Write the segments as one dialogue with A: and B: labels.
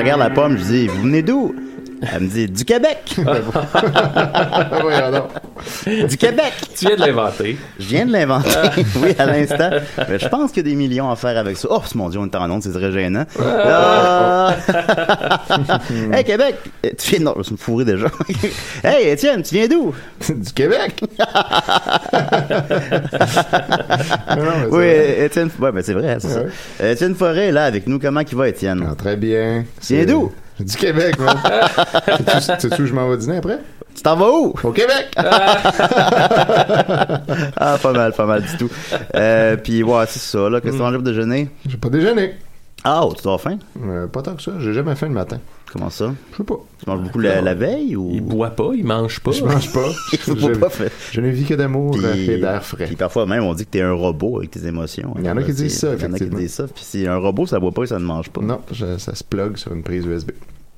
A: Claire Lapomme, je dis, vous venez d'où? Elle me dit, du Québec.
B: Voyons donc.
A: du Québec.
C: Tu viens de l'inventer.
A: Je viens de l'inventer,
B: Ah.
A: oui, à l'instant. Mais je pense qu'il y a des millions à faire avec ça. Oh, mon Dieu, on est en onde, c'est très gênant. Ah. hey, Québec, eh, tu viens... Non, je me fourrais déjà. hey, Étienne, tu viens d'où?
B: du Québec. Non, non, mais c'est
A: Oui,
B: vrai.
A: Étienne... Ouais, mais c'est vrai, c'est ça.
B: Ouais.
A: Étienne Forêt est là avec nous. Comment il va, Étienne?
B: Ah, très bien.
A: Viens d'où?
B: Du Québec, moi. Sais-tu où je m'en vais dîner après?
A: Tu t'en vas où?
B: Au Québec!
A: Ah, pas mal, pas mal du tout. Euh, puis, ouais, c'est ça, là. Qu'est-ce que tu manges pour déjeuner?
B: J'ai pas déjeuné.
A: Ah, oh, tu dois avoir faim?
B: Euh, pas tant que ça. J'ai jamais faim le matin.
A: Comment ça?
B: Je sais pas.
A: Tu manges beaucoup la, la veille ou.
C: Il boit pas, il mange pas.
B: Je mange pas.
A: Il faut pas faire-
B: Je ne vis que d'amour euh,
A: Puis-
B: et d'air frais.
A: Puis parfois même, on dit que t'es un robot avec tes émotions.
B: Il y en a qui
A: C'est-
B: disent ça,
A: Il y en a qui
B: effectivement.
A: disent ça. Puis si un robot, ça boit pas et ça ne mange pas.
B: Non, je- ça se plug sur une prise USB.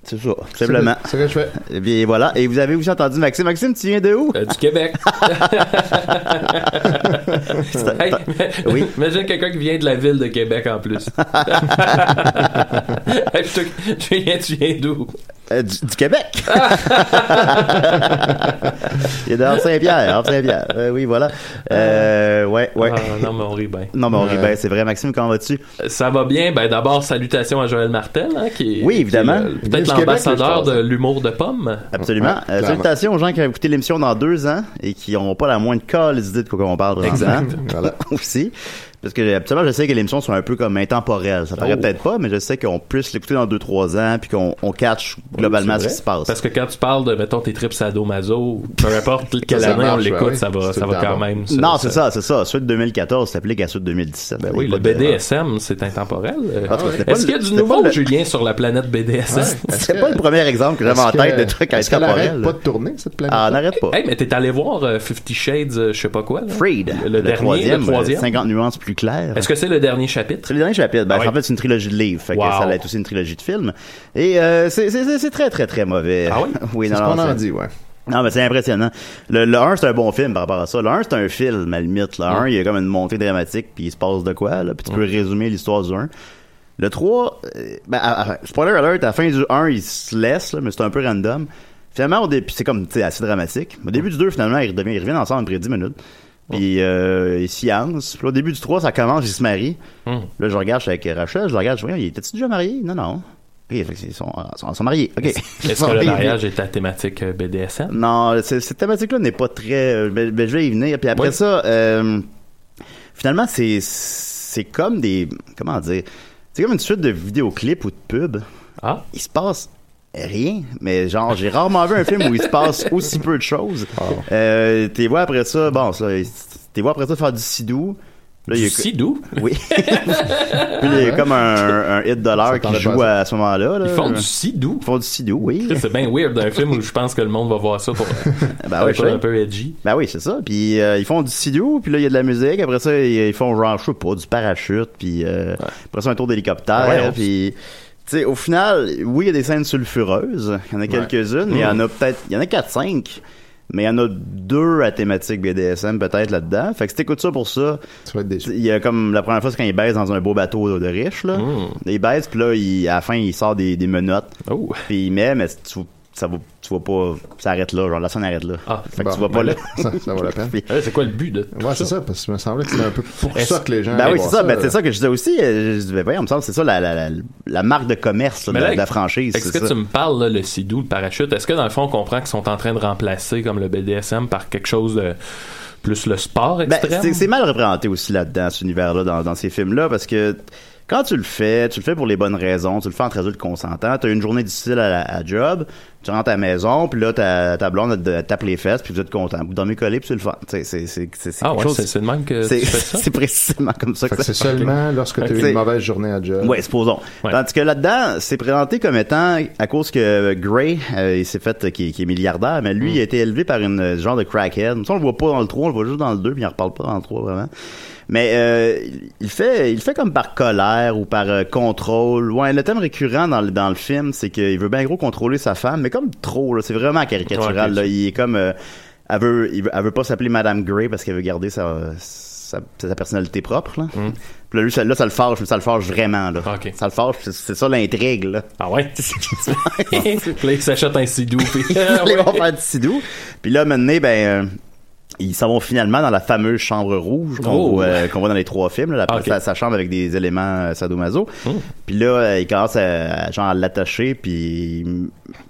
A: C'est ça. Simplement.
B: C'est c'est ce que je fais.
A: Et bien voilà. Et vous avez aussi entendu Maxime. Maxime, tu viens de où?
C: Euh, du Québec. Hey, mais-
A: Oui.
C: Imagine quelqu'un qui vient de la ville de Québec en plus. Hey, puis toi, tu viens, tu viens d'où?
A: Euh, du, du Québec. Il est dehors Saint-Pierre. Havre Saint-Pierre. Euh, oui, voilà. Euh, ouais, ouais.
C: Ah, non, mais on rit bien.
A: Non, mais on rit bien, c'est vrai. Maxime, comment vas-tu?
C: Ça va bien. Ben, d'abord, salutations à Joël Martel, hein, qui est,
A: Oui,
C: qui est
A: évidemment.
C: le-
B: Bien
C: peut-être
B: du
C: l'ambassadeur
B: Québec,
C: de
B: mais je pense.
C: l'humour de pomme.
A: Absolument.
B: Ouais,
A: Euh,
B: Ah, clairement.
A: salutations aux gens qui ont écouté l'émission dans deux ans et qui n'auront pas la moindre colle d'idée de quoi qu'on parle. Exact.
B: Voilà.
A: aussi. Parce que absolument, je sais que les émissions sont un peu comme intemporelles. Ça paraît
C: Oh.
A: peut-être pas, mais je sais qu'on puisse l'écouter dans 2-3 ans, puis qu'on on catch globalement
C: Oui,
A: ce
C: c'est
A: qui se passe.
C: Parce que quand tu parles de, mettons, tes trips sadomaso, peu importe quelle
B: ça
C: année on
B: marche,
C: l'écoute,
B: ouais,
C: ça va,
B: c'est
C: ça
B: tout
C: va
B: le temps
C: quand
B: bon.
C: même.
A: non, c'est ça, c'est ça. Ceux de 2014 s'applique à ceux de 2017.
C: Ben oui, le BDSM, c'est intemporel. Euh,
A: Ah, c'était pas
C: Est-ce
A: le-
C: qu'il y a du
A: c'était pas
C: nouveau,
A: le-
C: Julien, sur la planète BDSM?
A: C'est pas le premier exemple que j'avais en tête de trucs à
B: Est-ce qu'elle
A: intemporel.
B: arrête pas de tourner, cette planète?
A: Ah, on n'arrête pas.
C: Hey, mais t'es allé voir euh, Fifty Shades, euh, je sais pas quoi. là?
A: Freed,
C: Le, le dernier,
A: troisième,
C: le troisième.
A: euh, 50 nuances plus claires.
C: Est-ce que c'est le dernier chapitre?
A: C'est le dernier chapitre. Ben,
C: Ah
A: En
C: oui.
A: fait, c'est une trilogie de livres. Fait que
C: Wow.
A: ça allait être aussi une trilogie de films. Et euh, c'est- c'est c'est- c'est très, très, très mauvais.
C: Ah oui?
A: oui
B: c'est
A: non,
B: ce
A: non,
B: qu'on en
A: c'est-
B: dit, ouais.
A: Non, mais c'est impressionnant. Le, le 1, c'est un bon film par rapport à ça. Le 1, c'est un film, à la limite. Le 1, il y a comme une montée dramatique, puis il se passe de quoi, là, puis tu peux résumer l'histoire du 1. Le 3, euh, ben, à- à- spoiler alert, à la fin du 1, il se laisse, là, mais c'est un peu random. Finalement, au début, c'est comme, tu sais, assez dramatique. Au début du 2, finalement, ils, redeviennent- ils reviennent ensemble après 10 minutes. Puis, euh, ils fiancent. Puis, là, au début du 3, ça commence, ils se marient. Là, je regarde, je suis avec Rachel, je la regarde, je vois, il était-tu déjà marié? Non, non. Ok, fait qu'ils sont, sont, sont mariés. Ok.
C: Est-ce que le mariage est à thématique euh, BDSM?
A: Non, c'est- cette thématique-là n'est pas très. euh, ben, ben, je vais y venir. Puis après
C: Oui.
A: ça, euh, finalement, c'est c'est comme des. Comment dire C'est comme une suite de vidéoclips ou de pubs.
C: Ah,
A: Il se passe rien, mais genre j'ai rarement vu un film où il se passe aussi peu de choses. Euh, t'es vois après ça, bon, ça, t'es vois après ça faire du sidou. Là, il y a-
C: si doux.
A: Oui. Puis il y a comme un, un hit dollar
B: Ça
A: qui
B: parlait
A: joue
B: pas à
A: à ce moment-là. là.
C: Ils font du si doux.
A: Ils font du sidou, oui.
C: C'est bien weird un film où je pense que le monde va voir ça pour
A: Ben ouais,
C: un,
A: je
C: peu,
A: sais.
C: un peu edgy.
A: Ben oui, c'est ça. Puis euh, ils font du studio, puis là il y a de la musique. Après ça, ils ils font genre je sais pas du parachute, puis euh, après ça un tour d'hélicoptère.
C: Ouais, on-
A: Puis tu sais, au final, oui, il y a des scènes sulfureuses. Il y en a quelques-unes, mais il y en a peut-être, il y en a quatre, cinq. Mais il y en a deux à thématique BDSM peut-être là-dedans. Fait que si t'écoutes ça pour ça,
B: Tu vas être déçu.
A: il y a comme la première fois c'est quand il baise dans un beau bateau de riche là. Il baise puis là il, à la fin il sort des, des menottes.
C: Oh.
A: Puis il met mais tu ça va tu vas pas ça arrête là, genre la scène arrête là.
C: Ah.
A: fait que
B: Bon,
A: tu vas pas là.
B: ben, Ça, ça vaut la peine.
C: Euh, C'est quoi le but de tout
B: Ouais, c'est ça, parce que il me semblait que c'était un peu Ah, pour
C: Est-ce-
B: ça que les gens.
A: Ben
B: allaient
A: oui,
B: voir
A: c'est ça. Ben, c'est ça que je disais aussi. Euh, Je disais, ben, voyons, il me semble, que c'est ça la, la, la, la marque de commerce là,
C: Mais
A: de,
C: là,
A: de la franchise.
C: Est-ce
A: c'est
C: que
A: ça.
C: tu me parles, là, le sidou, le parachute, est-ce que dans le fond, on comprend qu'ils sont en train de remplacer comme le BDSM par quelque chose de plus le sport
A: Ben,
C: extrême?
A: c'est- c'est mal représenté aussi là-dedans, cet univers-là, dans, dans ces films-là, parce que quand tu le fais, tu le fais pour les bonnes raisons, tu le fais entre adultes consentants, t'as une journée difficile à, la- à job, tu rentres à la maison, puis là, ta, ta blonde elle te- elle tape les fesses, puis vous êtes content. Vous dormez collé, puis tu le fais. Tu sais, C'est c'est- c'est- c'est
C: ah
A: quelque
C: ouais,
A: chose-
C: c'est c'est de même que
A: c'est-
C: tu fais ça?
A: C'est précisément comme ça
B: Fait
A: que
B: que
A: ça
B: c'est seulement lorsque tu as eu
A: C'est-
B: une mauvaise journée à job.
A: Ouais, supposons.
C: Ouais.
A: Tandis que là-dedans, c'est présenté comme étant à cause que Gray, euh, il s'est fait euh, qui, est- qui est milliardaire, mais
C: Mm.
A: lui, il a été élevé par une euh, genre de crackhead. Ça, on le voit pas dans le 3, on le voit juste dans le 2, puis il en reparle pas dans le 3 vraiment. Mais euh, il- il fait il fait comme par colère ou par euh, contrôle. Ouais, le thème récurrent dans le dans le film, c'est qu'il veut bien gros contrôler sa femme, mais comme trop là, c'est vraiment caricatural
C: Ouais, ok.
A: là, il est comme euh, elle veut, il veut- elle veut pas s'appeler Madame Gray parce qu'elle veut garder sa, sa, sa personnalité propre. Là. Puis là, lui, ça, là, ça le fâche, mais ça le fâche vraiment. Là.
C: Ok.
A: Ça le fâche, c'est- c'est ça l'intrigue. Là.
C: Ah ouais? Puis là, il s'achète un sidou. Puis... Ah
A: les
C: ouais.
A: vont faire du sidou. Puis là, maintenant, ben, euh, ils s'en vont finalement dans la fameuse chambre rouge qu'on
C: Oh.
A: euh, qu'on voit dans les trois films, là, la-
C: Ah, ok. Oh.
A: sa, sa chambre avec des éléments euh, sadomaso. Puis là, euh, ils commencent à, à, genre, à l'attacher, puis...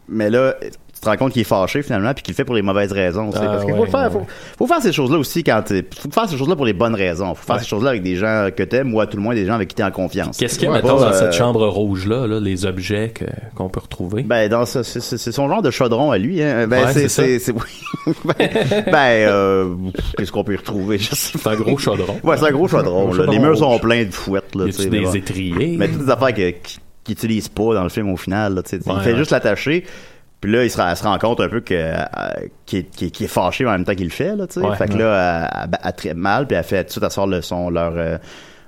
A: Mais là, tu te rends compte qu'il est fâché finalement, puis qu'il le fait pour les mauvaises raisons. tu sais,
C: Ah,
A: parce qu'il faut,
C: ouais,
A: le faire,
C: ouais.
A: faut, faut faire ces choses-là aussi quand... t'es- Faut faire ces choses-là pour les bonnes raisons. Faut faire ces choses-là avec des gens que t'aimes ou à tout le moins des gens avec qui t'es en confiance.
C: Qu'est-ce qu'il y a,
B: Ouais,
C: mettons,
A: pas,
C: dans
A: euh,
C: cette chambre rouge-là, là, les objets que- qu'on peut retrouver?
A: Ben, dans ce, c'est, c'est- c'est son genre de chaudron à lui. Hein. Ben,
C: Ouais,
A: c'est, c'est, c'est-
C: c'est
A: oui. ben, ben, euh, qu'est-ce qu'on peut y retrouver? Je sais
C: c'est un gros chaudron.
A: pas. Ouais, c'est un gros chaudron.
C: Un
A: là. Les
C: chaudron
A: murs sont
C: rouge.
A: pleins de fouettes. Là, tu
C: Y
A: sais,
C: a-tu
A: là.
C: des étriers?
A: Mais toutes les affaires que- qui- qu'il utilise pas dans le film au final. Là, tu sais. il
C: Ouais,
A: fait
C: ouais.
A: juste l'attacher. Puis là, il se, rend- elle se rend compte un peu que, euh, qu'il, est- qu'il est- qu'il est fâché en même temps qu'il le fait. Là, tu sais.
C: Ouais,
A: fait que
C: ouais.
A: là, elle, elle- elle traite mal. Puis elle fait tout de suite, elle sort le son, leur, euh,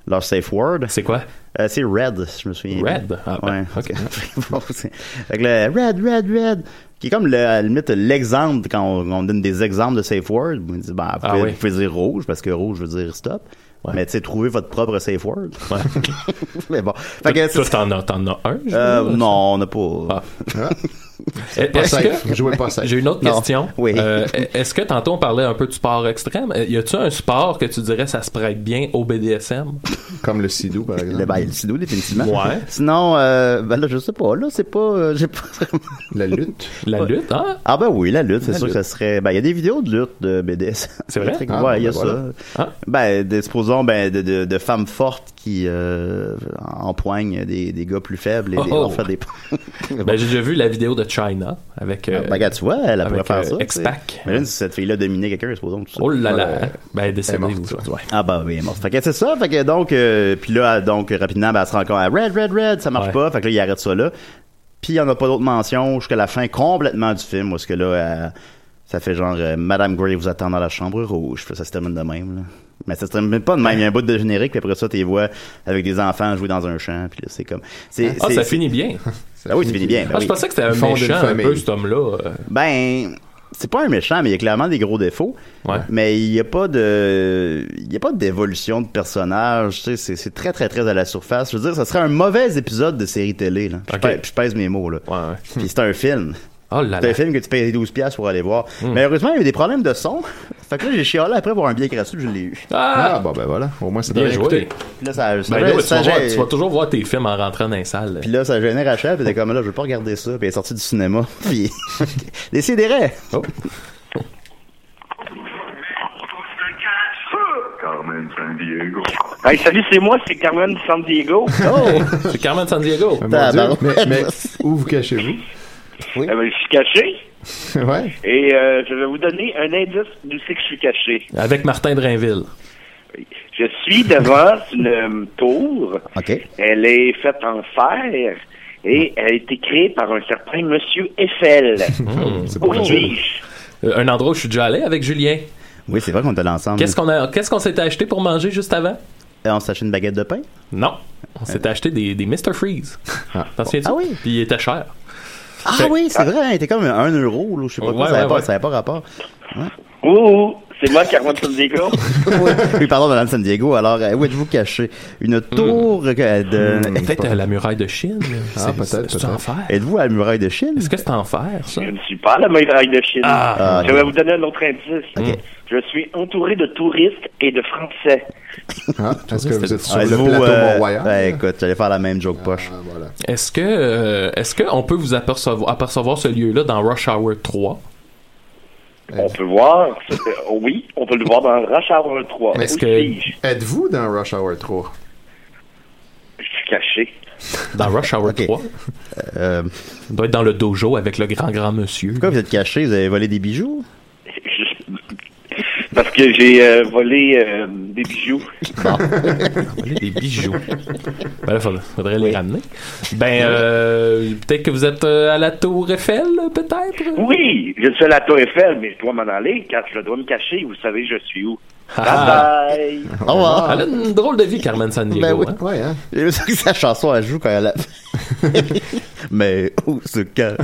A: leur safe word.
C: C'est quoi?
A: Euh, c'est Red, si je me souviens. bien.
C: Red? Ah,
A: ouais.
C: ben, ok.
A: Bon, c'est- fait que le Red, Red, Red, qui est comme le, à la limite l'exemple, quand on, on donne des exemples de safe word, on dit, ben, vous,
C: Ah
A: pouvez,
C: oui.
A: vous pouvez dire rouge, parce que rouge veut dire stop.
C: Ouais.
A: Mais tu sais, trouver votre propre safe word.
C: Ouais.
A: Mais bon. Fait que,
C: Toi, t'en as, t'en as un? je
A: euh,
C: vois, là,
A: non, on n'a pas.
C: Ah.
B: Ah,
C: ça?
B: pas
C: Est-ce que...
B: safe. Jouez pas safe.
C: J'ai une autre
A: Non.
C: question.
A: Oui.
C: Euh, Est-ce que tantôt on parlait un peu de sport extrême? Euh, Y a-tu un sport que tu dirais ça se prête bien au BDSM?
B: Comme le sidou, par exemple.
A: Le bail, le sidou, définitivement.
C: Ouais.
A: Sinon, euh, ben là, je sais pas. Là, c'est pas. euh, j'ai pas vraiment-
B: La lutte.
C: La lutte, hein?
A: Ah, ben oui, la lutte, c'est
C: La
A: sûr que ça serait. Ben, il y a des vidéos de lutte de BDS.
C: C'est vrai?
A: Ouais, il
B: Ah,
A: y a
B: ben voilà.
A: ça.
C: Ah.
A: Ben, de- supposons, ben, de, de, de femmes fortes qui euh, empoignent des, des gars plus faibles et
C: Oh,
A: les-
C: oh.
A: leur faire des.
C: Ben, j'ai déjà vu la vidéo de China avec. euh,
A: Ben, regarde, tu vois, elle pourrait
C: avec,
A: faire
C: euh,
A: ça.
C: X-Pac.
A: tu sais. Imagine si cette fille-là dominait quelqu'un, supposons. tout ça.
C: oh là
B: Ouais,
C: là.
B: ouais.
C: Ben, décédé
B: Elle est
C: ou
B: morte,
C: ça. Ouais.
A: Ah bah oui, elle est morte. Fait que c'est ça, fait que donc euh, puis là donc rapidement ben, elle se rend compte à red red red, ça marche
C: Ouais.
A: pas, fait que là il arrête ça là. Puis il y en a pas d'autres mentions jusqu'à la fin complètement du film parce que là euh, ça fait genre euh, madame Grey vous attend dans la chambre rouge, Puis ça se termine de même là. Mais ça se termine pas de même, il y a un bout de générique puis après ça tu vois avec des enfants jouer dans un champ puis là c'est comme c'est
C: Ah,
A: c'est-
C: ça
A: c'est-
C: finit bien.
A: Ah oui, ça finit bien. ben
C: Ah,
A: oui.
C: je pensais que c'était un
B: Ils font d'une
C: méchant un
B: famille.
C: peu, cet homme-là. euh.
A: Ben, c'est pas un méchant, mais il y a clairement des gros défauts.
C: Ouais.
A: Mais il n'y a pas de, il y a pas d'évolution de personnage. Tu sais, c'est, c'est très très très à la surface. Je veux dire, ça serait un mauvais épisode de série télé. Là. Puis
C: Ok.
A: Je, pèse, puis je pèse mes mots là.
C: Ouais, ouais.
A: Puis c'est un film.
C: Oh là Hmm.
A: C'est
C: là.
A: un film que tu payes 12 pièces pour aller voir. Mais heureusement, il y a eu des problèmes de son. Fait que là, j'ai chialé après pour un billet gratuit, puis je l'ai eu.
C: Ah!
B: Ah, bon, ben voilà. Au moins, c'est
C: Bien
B: bien
C: joué.
B: écouté.
A: Puis là, ça, ça-
C: Ben là, tu,
A: ça-
C: vas voir-
A: j'ai-
C: tu vas toujours voir tes films en rentrant dans les salles.
A: puis là, ça gênait Rachel, puis elle était comme là, je veux pas regarder ça, puis elle est sortie du cinéma. Puis, décidérez!
C: Oh.
D: Carmen San Diego.
E: Hey, salut, c'est moi, c'est Carmen de San Diego.
A: Oh!
C: C'est Carmen San Diego.
B: Ah, mon
A: Tabarouette.
B: Dieu. Mais, mais où vous cachez-vous?
E: Eh ben, je suis caché
B: ouais.
E: et euh, je vais vous donner un indice d'où c'est que je suis caché.
C: Avec Martin Drainville.
E: Je suis devant une euh, tour.
A: OK.
E: Elle est faite en fer
B: Hmm.
E: et elle a été créée par un certain Monsieur Eiffel.
B: Hmm, C'est
C: Oh.
E: Où
B: pas facile.
E: suis-je?
C: Euh, Un endroit où je suis déjà allé avec Julien.
A: Oui, c'est vrai qu'on était là ensemble.
C: Qu'est-ce qu'on a- qu'est-ce qu'on s'était acheté pour manger juste avant?
A: Euh, on s'achète une baguette de pain?
C: Non. On s'était acheté des, des Mr. Freeze.
B: Ah.
C: T'en souviens-tu?
A: Ah oui.
C: Puis il était cher.
A: Ah
C: Fait-
A: oui, c'est vrai, il était comme un euro, là, je sais pas quoi,
C: Ouais,
A: ça n'avait
C: ouais,
A: pas,
C: ouais.
A: ça avait pas rapport.
E: Ouh, c'est moi, Carmen de San Diego.
A: oui, oui, pardon, madame San Diego, alors, euh, où êtes-vous caché? Une tour euh, de...
C: Peut-être euh, la muraille de Chine.
B: Ah,
C: C'est-
B: peut-être,
C: c'est- C'est
B: peut-être.
C: en fer.
A: Êtes-vous à la muraille de Chine?
C: Est-ce que c'est en fer, ça?
E: Je ne suis pas à la muraille de Chine.
C: Ah.
E: je vais vous donner un autre indice. Je suis entouré de touristes et de Français.
B: Ah, parce que vous êtes sur le
A: Êtes-vous,
B: plateau
A: euh,
B: Mont-Royal.
A: ouais, écoute, j'allais faire la même joke poche.
B: Ah, voilà.
C: Est-ce que euh, est-ce qu'on peut vous apercevoir, apercevoir ce lieu-là dans Rush Hour 3?
E: On peut voir, euh, oui, on peut le voir dans Rush Hour 3.
C: Est-ce
E: Où
C: que-
E: suis-je?
B: Êtes-vous dans Rush Hour 3?
E: Je suis caché.
C: Dans Rush Hour
A: Ok.
C: 3?
A: Euh,
C: On doit être dans le dojo avec le grand grand monsieur.
A: pourquoi vous êtes caché? Vous avez volé des bijoux?
E: Je- Parce que j'ai euh, volé euh, des bijoux.
C: Voler des bijoux. ben là, faudrait, faudrait les ramener. Ben, euh, peut-être que vous êtes euh, à la Tour Eiffel, peut-être?
E: Oui, je suis à la Tour Eiffel, mais je dois m'en aller car je dois me cacher. Vous savez, je suis où?
C: Ah,
E: Bye.
A: Au revoir.
C: elle a une drôle de vie, Carmen Sandiego.
A: Ben oui.
C: hein.
B: Ouais, hein.
A: J'ai l'impression que sa chanson, elle joue quand elle a... Mais où se cache?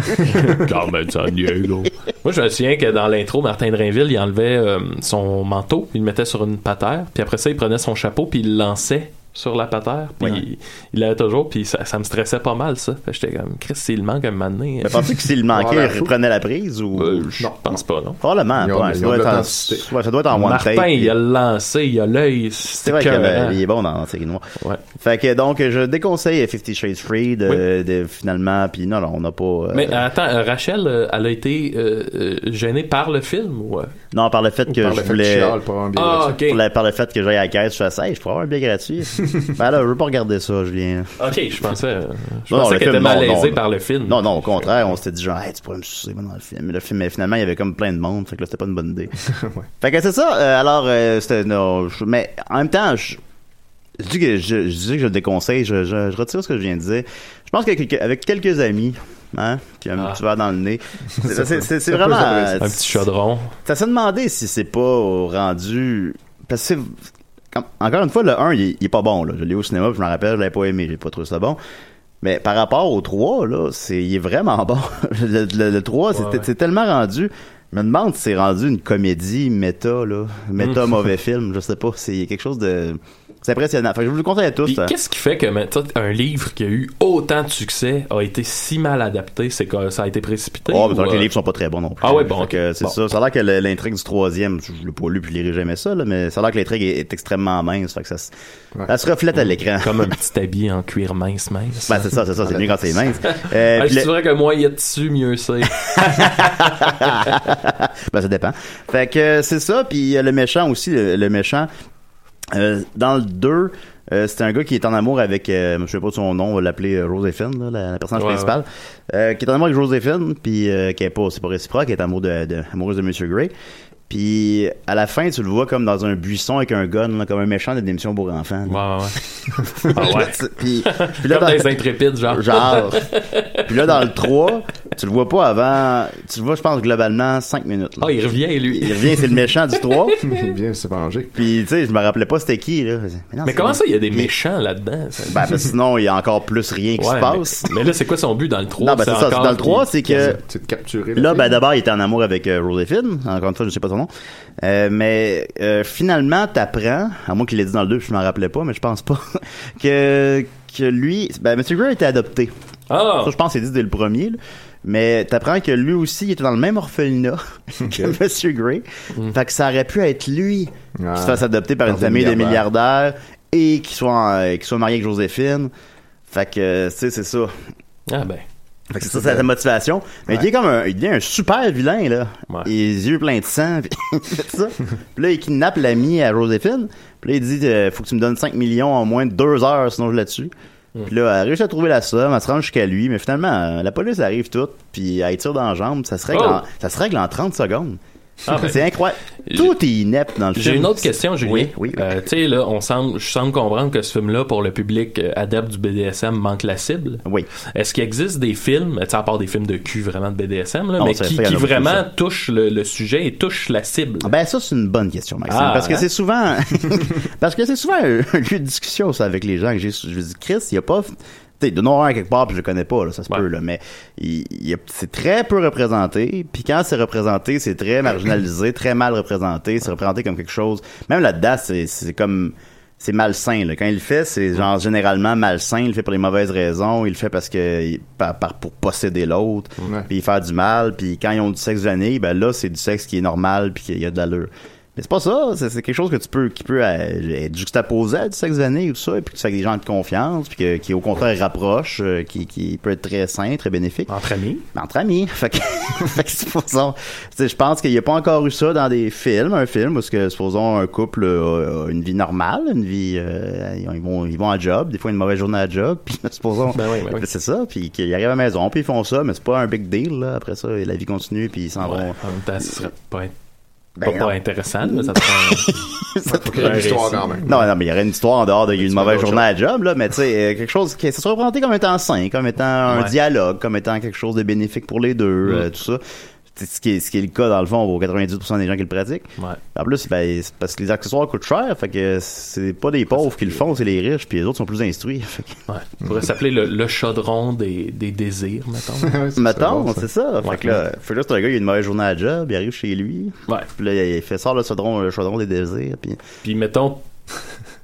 C: Carmen Sandiego. Moi, je me souviens que dans l'intro, Martin Drainville, il enlevait euh, son manteau, il le mettait sur une patère, puis après ça, il prenait son chapeau, puis il le lançait sur la patère, puis
A: Ouais.
C: il- il l'avait toujours, puis ça, ça me stressait pas mal, ça. Fait que j'étais comme, Chris, s'il manque un moment donné.
A: Mais pensez que s'il manquait,
B: Ouais, ben,
A: il reprenait la prise ou.
C: euh, je pense pas, non.
A: Probablement,
B: Ils ont-
A: ouais,
B: ils
A: ça,
B: ont
A: doit
B: de
A: être en,
B: l'intensité.
A: ouais, ça doit être en one take.
C: Martin, il a le lancé, il a l'œil.
A: C'est vrai qu'il
C: écœurant.
A: est bon dans la série noire.
C: Ouais.
A: Fait que donc, je déconseille Fifty Shades Free de, de- finalement, puis non, non, on n'a pas. euh,
C: Mais attends, euh, Rachel, euh, elle a été euh, euh, gênée par le film ou. euh?
A: Non, par le fait que
B: Par
A: je
B: le fait que je
A: voulais.
B: chiale pour avoir un billet
C: Ah,
B: gratuit.
C: ok.
A: pour la- par le fait que j'aille à la caisse, je fasse, hey, je pourrais avoir un billet gratuit. ben là, je veux pas regarder ça, Julien.
C: Ok, je pensais, euh, je
A: Non, non,
C: pensais
A: le
C: qu'elle
A: film,
C: était
A: non,
C: malaisée
A: non.
C: par le film.
A: Non, non, au contraire, on s'était dit genre, hey, tu pourrais me sucer moi, dans le film. Mais le film, mais finalement, il y avait comme plein de monde, fait que là, c'était pas une bonne idée. Fait que c'est ça. euh, alors, euh, c'était. non, je- mais en même temps, je. Je dis que je, je dis que je le déconseille, je, je, je retire ce que je viens de dire. Je pense qu'avec avec quelques amis, hein, qui ont un
C: Ah.
A: petit verre dans le nez, c'est- c'est c'est- c'est
B: peut
A: vraiment.
B: servir, ça.
C: Un petit chaudron.
A: Ça s'est demandé si c'est pas au rendu. Parce que c'est- comme- encore une fois, le 1, il, est- il est pas bon. Là. Je l'ai au cinéma, puis je me rappelle, je l'avais pas aimé, j'ai pas trouvé ça bon. Mais par rapport au 3, là, c'est, il est vraiment bon. le, le- le 3, c'est,
C: ouais.
A: c'est tellement rendu. Je me demande si c'est rendu une comédie méta, là. Méta mauvais film, je sais pas. C'est quelque chose de. C'est impressionnant. Fait que je vous le conseille à tous.
C: Puis
A: hein.
C: qu'est-ce qui fait que maintenant, un livre qui a eu autant de succès a été si mal adapté, c'est que ça a été précipité.
A: Oh,
C: ou,
A: mais c'est vrai que les
C: euh,
A: livres sont pas très bons non plus.
C: Ah ouais, bon,
A: Fait que
C: ok.
A: c'est
C: Bon.
A: ça. Ça a l'air que le- l'intrigue du troisième, je je l'ai pas lu puis je lirai jamais ça, là, mais ça a l'air que l'intrigue est, est extrêmement mince. Fait que ça, se-
B: Ouais.
A: ça se reflète à l'écran.
C: Comme un petit habit en cuir mince mince.
A: Ben, c'est ça, c'est ça, c'est mieux quand c'est mince. Euh,
C: Ah,
A: puis
C: c'est
A: le-
C: vrai que moi, il y a dessus, mieux c'est.
A: ben, ça dépend. Fait que euh, c'est ça, puis il y a le méchant aussi, le, le méchant. Euh, dans le 2, euh, c'est un gars qui est en amour avec, euh, je sais pas son nom, on va l'appeler euh, Joséphine, là, la, la personnage
C: Ouais,
A: principale, euh, qui est en amour avec Joséphine, puis euh, qui est pas, c'est pas réciproque, qui est amour de, de- amoureuse de Monsieur Gray. Puis à la fin, tu le vois comme dans un buisson avec un gun, là, comme un méchant de démission pour enfants.
C: Ouais,
A: là.
C: ouais, ouais. Ah ouais.
A: Puis, puis là,
C: Comme
A: dans-
C: des intrépides, genre.
A: Genre. Puis là, dans le 3, tu le vois pas avant. Tu le vois, je pense, globalement, 5 minutes. là.
C: Ah, il revient, lui.
A: Il revient, c'est le méchant du 3.
B: Bien, c'est vengé.
A: Puis, tu sais, je me rappelais pas c'était qui, là. non,
C: Mais
A: c'est-
C: comment ça, il y a des méchants là-dedans? ça?
A: Ben, parce que sinon, il y a encore plus rien qui
C: Ouais,
A: se passe.
C: Mais, mais là, c'est quoi son but dans le 3?
A: Non, ben, c'est ça.
C: encore
A: Dans le 3,
C: qu'il-
A: c'est que.
B: Tu te capturer.
A: Là, ben, d'abord, il était en amour avec euh, Joséphine. Encore une fois, je sais pas son nom. Euh, mais euh, finalement, t'apprends, à moins qu'il l'ait dit dans le 2, puis je m'en rappelais pas, mais je pense pas, que, que lui. Ben, Monsieur Gray a été adopté.
C: Ah!
A: Ça, je pense que c'est dit dès le premier. là. Mais t'apprends que lui aussi, il était dans le même orphelinat que Monsieur Gray. Fait que ça aurait pu être lui qui se fasse adopter par
B: Mm. Par
A: une
B: des
A: famille de milliardaires
B: milliardaires.
A: et qui soit, en- euh, qui soit marié avec Joséphine. Fait que, euh, tu sais, c'est ça.
C: Ah, ben.
A: Fait que c'est ça, c'est sa motivation. Mais il est comme un, il devient un super vilain, là.
C: Ouais.
A: Il a les yeux pleins de sang, pis tout ça. Puis là, il kidnappe l'ami à Joséphine. Puis là, il dit, euh, faut que tu me donnes 5 millions en moins de 2 heures, sinon je la tue.
C: Hmm.
A: Puis là, elle réussit à trouver la somme, elle se rend jusqu'à lui, mais finalement, euh, la police arrive toute, puis elle tire dans la jambe, ça se règle,
C: Oh!
A: en, ça se règle en 30 secondes.
C: Ah, ben.
A: c'est incroyable.
C: J'ai-
A: Tout est inepte dans le film.
C: J'ai une autre question, Julien.
A: Oui, oui.
C: Euh, tu sais, là, on semble, je semble comprendre que ce film-là, pour le public euh, adepte du BDSM, manque la cible.
A: Oui.
C: Est-ce qu'il existe des films, tu sais, à part des films de cul vraiment de BDSM, là,
A: Non,
C: mais
A: Ah, ça,
C: qui,
A: ça, y en a
C: qui
A: beaucoup,
C: vraiment
A: ça.
C: touchent le, le sujet et touchent la cible?
A: Ah, Ben ça c'est une bonne question Maxime
C: Ah,
A: parce que
C: hein?
A: c'est souvent parce que c'est souvent un un lieu de discussion ça avec les gens que j'ai je me dis Chris il y a pas tu sais de nom un quelque part puis je le connais pas là, ça se
C: Ouais.
A: peut là mais il, il y a- c'est très peu représenté puis quand c'est représenté c'est très marginalisé très mal représenté c'est représenté comme quelque chose même là-dedans c'est c'est comme c'est malsain là. quand il le fait c'est genre généralement malsain il le fait pour les mauvaises raisons il le fait parce que il- par, par- pour posséder l'autre
B: Ouais.
A: puis faire du mal, puis quand ils ont du sexe vanille, ben là, c'est du sexe qui est normal, puis qu'il y a de l'allure. Mais c'est pas ça, c'est c'est quelque chose que tu peux, qui peut euh, être juxtaposé à du sexe vanille ou tout ça, et puis que tu fais avec des gens de confiance, puis que- qui au contraire rapproche, euh, qui, qui peut être très sain, très bénéfique.
C: Entre amis?
A: Mais Ben, entre amis, fait que, fait que supposons, tu sais, je pense qu'il n'y a pas encore eu ça dans des films, un film où ce que supposons un couple euh, a une vie normale, une vie, euh, ils vont, ils vont à job, des fois une mauvaise journée à job, puis supposons,
C: Ben oui, ben oui.
A: c'est ça, puis qu'ils arrivent à la maison, puis ils font ça, mais c'est pas un big deal, là. Après ça, la vie continue, puis ils s'en
C: Ouais,
A: vont.
C: En même temps, ce serait pas, in-
A: ah, Ben
C: pas,
A: non.
C: pas intéressant, là, ça te prend-
A: Ça
B: Faut qu'il y ait une
C: Ouais,
B: histoire
C: réussi.
B: quand même.
A: Non, non, mais il y aurait une histoire en dehors d'une
B: Tu
A: mauvaise
B: fais d'autres
A: journée à job, là, mais tu sais, euh, quelque chose qui ça se représenté comme étant sain, comme étant un
C: Ouais.
A: dialogue, comme étant quelque chose de bénéfique pour les deux, euh, tout ça. c'est ce, qui est, ce qui est le cas dans le fond pour 98% des gens qui le pratiquent.
C: Ouais.
A: En plus, ben, c'est parce que les accessoires coûtent cher, fait que c'est pas des pauvres qui le font, c'est les riches, puis les autres sont plus instruits. Fait que-
C: Ouais. Il pourrait s'appeler le, le chaudron des, des désirs, mettons.
B: Ouais, ça,
A: Mettons,
B: bon, ça.
A: c'est ça.
C: Ouais.
A: Fait que là, fait que là, c'est un gars, il a une mauvaise journée à job, il arrive chez lui,
C: Ouais.
A: puis là, il fait sort le chaudron, le chaudron des désirs, puis
C: Puis mettons,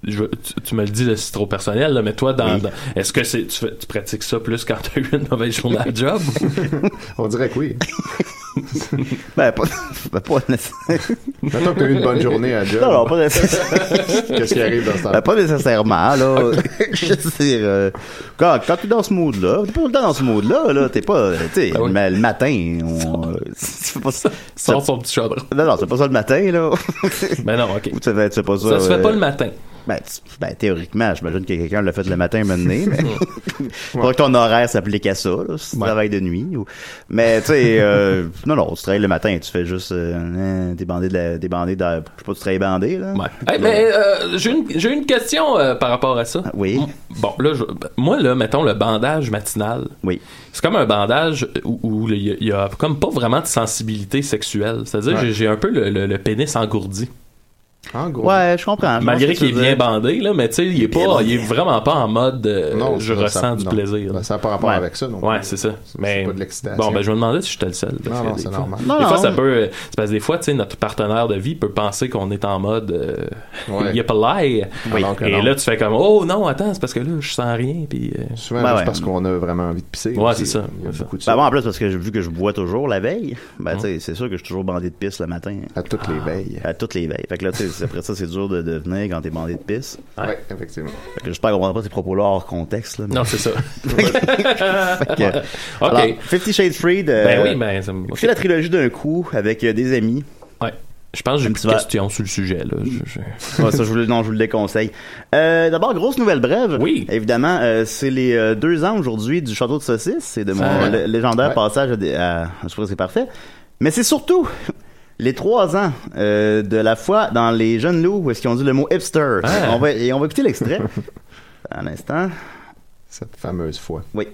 C: je- tu, tu me le dis, là, c'est trop personnel, là, mais toi, dans,
A: Oui.
C: dans- est-ce que c'est, tu, fais- tu pratiques ça plus quand t'as eu une mauvaise journée à job?
B: On dirait que oui.
A: ben pas, ben, pas nécessairement.
B: Mettons que t'as eu une bonne journée à job.
A: Non, non, pas nécessairement.
B: Qu'est-ce qui arrive dans ce
A: Ben,
B: temps-là?
A: pas nécessairement, là. Je veux dire, euh, quand, quand t'es dans ce mood-là, t'es pas tout le temps dans ce mood-là, là, t'es pas, euh, tu sais,
C: Ah oui.
A: le matin, on, euh, tu fais pas ça.
C: Sors son petit chaudron.
A: Non, non, c'est pas ça le matin, là.
C: Ben non, ok.
A: Ou tu fais, tu fais pas ça.
C: Ça se fait
A: euh,
C: pas le matin.
A: Ben, tu- ben, théoriquement, j'imagine que quelqu'un l'a fait le matin maintenant, mais faudrait que ton horaire s'applique à ça, là, si tu
C: Ouais.
A: travailles de nuit. ou- Mais tu sais, euh, non, non, tu travailles le matin, tu fais juste euh, euh, des bandés de la, des bandés de la- je sais pas, tu travailles bandé, là.
C: Ouais. Eh, mais euh, j'ai, une, j'ai une question euh, par rapport à ça.
A: Ah oui.
C: M- Bon, là, je- ben, moi, là, mettons le bandage matinal.
A: Oui.
C: C'est comme un bandage où- où il y, a- il y a comme pas vraiment de sensibilité sexuelle. C'est-à-dire,
B: Ouais.
C: j'ai, j'ai un peu le, le- le pénis engourdi.
B: En gros.
A: Ouais, je comprends. Ah, je
C: Malgré
A: pense que
C: qu'il
A: tu
C: est
A: veux
C: bien
A: dire.
C: bandé, là, mais tu sais, il est
A: bien
C: pas,
A: bandé.
C: il est vraiment pas en mode euh, je
B: ça-
C: ressens
B: ça-
C: du
B: non.
C: plaisir.
B: Ben, ça n'a pas rapport
A: Ouais.
B: avec ça, non?
C: Ouais, c'est ça. Mais
B: pas de l'excitation.
C: bon, ben je me demandais si j'étais le seul. parce
B: Non,
C: que
B: non,
C: des
B: c'est
C: fois-
B: normal.
A: Non,
C: des
A: non,
C: fois, ça
A: non.
C: peut. euh, C'est parce que des fois, tu sais, notre partenaire de vie peut penser qu'on est en mode. Euh,
B: Ouais.
C: yep, a lie.
B: Alors que
C: Et
B: non.
C: là, tu fais comme, oh non, attends, c'est parce que là, je sens rien. Puis, euh,
B: Souvent,
A: Ben
B: là, c'est
A: ouais.
B: parce qu'on a vraiment envie de pisser.
C: Ouais,
B: aussi.
C: c'est ça.
B: Il y a
C: C'est ça.
B: beaucoup de
A: Ben,
B: ça.
A: moi, en plus, parce que j'ai vu que je bois toujours la veille, ben, tu sais, c'est sûr que je suis toujours bandé de pisse le matin. hein,
B: À toutes
C: Ah.
B: les veilles.
A: À toutes les veilles. Fait que là, tu sais, après ça, c'est dur de, de venir quand t'es bandé de pisse.
C: Ouais.
B: Ouais, effectivement.
A: Fait que j'espère qu'on prendra pas ces propos-là hors contexte, là. mais-
C: Non, c'est ça.
A: Fait que-
C: Ok.
A: Alors, Fifty Shades Freed. euh,
C: ben oui, ben. Ça, me-
A: Écoutez la trilogie d'un coup avec euh, des amis.
C: ouais. Je pense que
A: Un
C: j'ai plus
A: petit
C: de
A: verre.
C: questions sur le sujet. Là. Je- je-
A: Ouais, Ah, ça, je vous le, non, je vous le déconseille. Euh, D'abord, grosse nouvelle brève.
C: Oui.
A: Évidemment, euh, c'est les euh, deux ans aujourd'hui du Château de Saucisse et de mon
C: Ah.
A: lé- légendaire
B: Ouais.
A: passage à, des- à- Je trouve que c'est parfait. Mais c'est surtout les trois ans euh, de la foi dans les jeunes loups où est-ce qu'ils ont dit le mot hipster.
C: Ah.
A: On va, et on va écouter l'extrait. Un instant.
B: Cette fameuse fois.
A: Oui.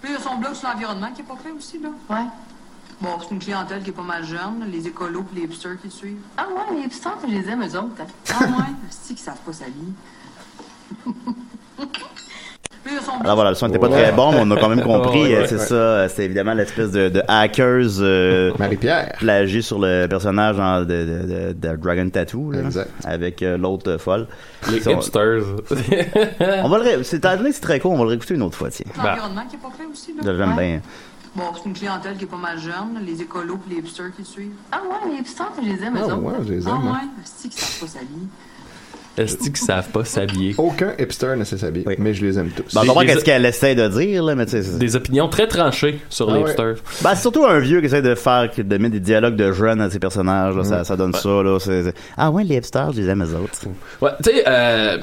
F: Puis il y a son blog sur l'environnement qui est pas fait aussi, là.
G: Ouais.
F: Bon, c'est une clientèle qui est pas mal jeune, les écolos puis les hipsters qui le suivent.
G: Ah ouais, les pistons, je les aime, eux autres.
F: Ah ouais, c'est qu'ils savent pas sa vie. Puis il y a son blog
A: Alors voilà, le son n'était pas
B: Ouais.
A: très bon, mais on a quand même compris.
C: Ouais, ouais,
A: euh, c'est
B: ouais.
A: ça. euh, C'est évidemment l'espèce de, de hackers. euh,
B: Marie-Pierre.
A: plagié sur le personnage en- de, de- de- de Dragon Tattoo là,
B: Exact.
A: avec euh, l'autre euh, folle.
C: Les
A: Ça, on-
C: hipsters.
A: On va le ré- c'est étant donné que c'est très court, on va le réécouter une autre fois, tiens.
F: sur l'environnement qui est pas fait aussi, là.
A: Je l'aime
G: Ouais.
A: bien.
F: Bon, c'est une clientèle qui est pas mal jeune, les écolos puis les hipsters qui le suivent.
G: Ah ouais, les pistons, je les aime, eux
B: Ah
G: autres.
B: ouais, je les
F: Ah
B: aime. hein.
F: ouais, c'est qu'ils savent pas sa vie.
C: Est-ce qu'ils savent pas s'habiller?
B: Aucun hipster ne sait s'habiller,
A: Oui.
B: mais je les aime tous.
A: Bon, on
C: Les-
A: comprend
C: les-
A: qu'est-ce qu'elle essaie de dire, là, mais tu sais, c'est-
C: Des opinions très tranchées sur
B: Ah
C: les
B: ouais.
C: hipsters.
A: Ben, c'est surtout un vieux qui essaie de faire, de mettre des dialogues de jeunes à ses personnages, là,
B: Mm.
A: ça, ça donne ça, là. c'est- c'est- Ah ouais, les hipsters, je les aime, eux autres.
C: Ouais, tu sais, euh,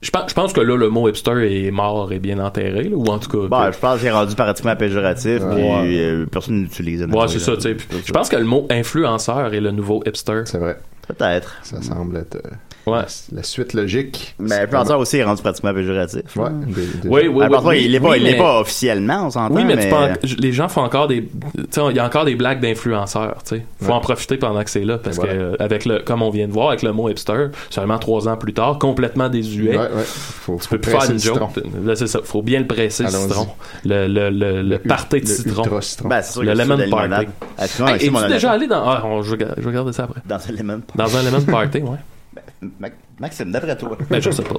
C: je pense, je pense que là, le mot hipster est mort et bien enterré, là, ou en tout cas.
A: Bon,
C: que-
A: je pense qu'il est rendu pratiquement péjoratif, puis euh, personne n'utilise.
C: ouais,
A: honnêtement,
C: c'est
A: là.
C: ça, tu sais. puis Je pense que le mot influenceur est le nouveau hipster.
B: C'est vrai.
A: Peut-être.
B: Ça semble être euh,
C: Ouais.
B: la suite logique.
A: Mais influenceur aussi est rendu pratiquement péjoratif.
B: Ouais, des- des-
C: Oui, oui, oui.
A: Ah, parfois,
C: oui,
A: il l'est pas,
C: oui,
A: il l'est
C: mais-
A: pas officiellement, on s'entend.
C: Oui, mais, tu peux en- je- les gens font encore des. Tu sais, il y a encore des blagues d'influenceurs, tu sais. Faut
B: Ouais.
C: en profiter pendant que c'est là, parce
B: Et
C: que,
B: voilà.
C: euh, avec le, comme on vient de voir, avec le mot hipster, seulement trois ans plus tard, complètement désuet.
B: Ouais, ouais. Faut,
C: Tu peux plus faire une joke. Là, c'est ça. Faut bien le presser, le
B: Allons-y.
C: citron. Le, le, le, le party de citron.
A: Ben, c'est sûr
C: Le
A: que c'est
C: lemon
A: de la
C: party.
A: limonade. Ah, sinon,
C: Hey,
A: Maxime, on
C: Es-tu
A: a-
C: déjà allé dans. Ah, on, je, vais regarder- je vais regarder ça après.
A: Dans un lemon party.
C: Dans un lemon party, ouais.
A: Ma- Maxime, d'après toi.
C: Ben, je sais pas.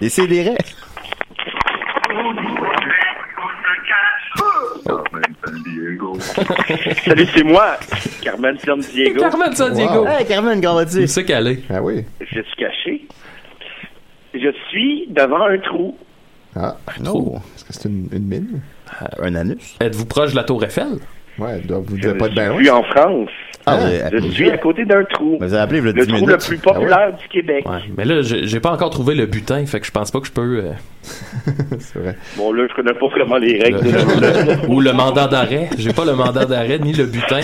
A: Et c'est des raies.
D: Carmen San Diego.
E: Salut, c'est moi,
F: Carmen San
C: C'est
F: Diego,
C: Carmen San Diego.
B: Wow.
A: Hey, Carmen, comment vas-tu?
C: Tu sais qu'elle est.
B: Ah oui.
E: je suis caché. Je suis devant un trou.
B: Ah,
A: Non.
B: est-ce que c'est une, une mine?
A: Un anus.
C: Êtes-vous proche de la Tour Eiffel?
B: Ouais, elle doit- vous
E: Je
B: devez pas être bien
E: suis
B: loin.
E: en France.
A: Ah, vous
C: Euh,
A: avez-
E: Je suis à côté d'un trou.
A: Mais Vous avez appelé le
E: Le
A: 10
E: trou
A: minutes.
E: le plus populaire du Québec.
C: Ah Ouais. Mais là, j'ai j'ai pas encore trouvé le butin, fait que je pense pas que je peux. euh,
B: C'est vrai.
E: Bon, là, je connais pas vraiment les
C: le-
E: règles de
C: ou le mandat d'arrêt. J'ai pas le mandat d'arrêt ni le butin.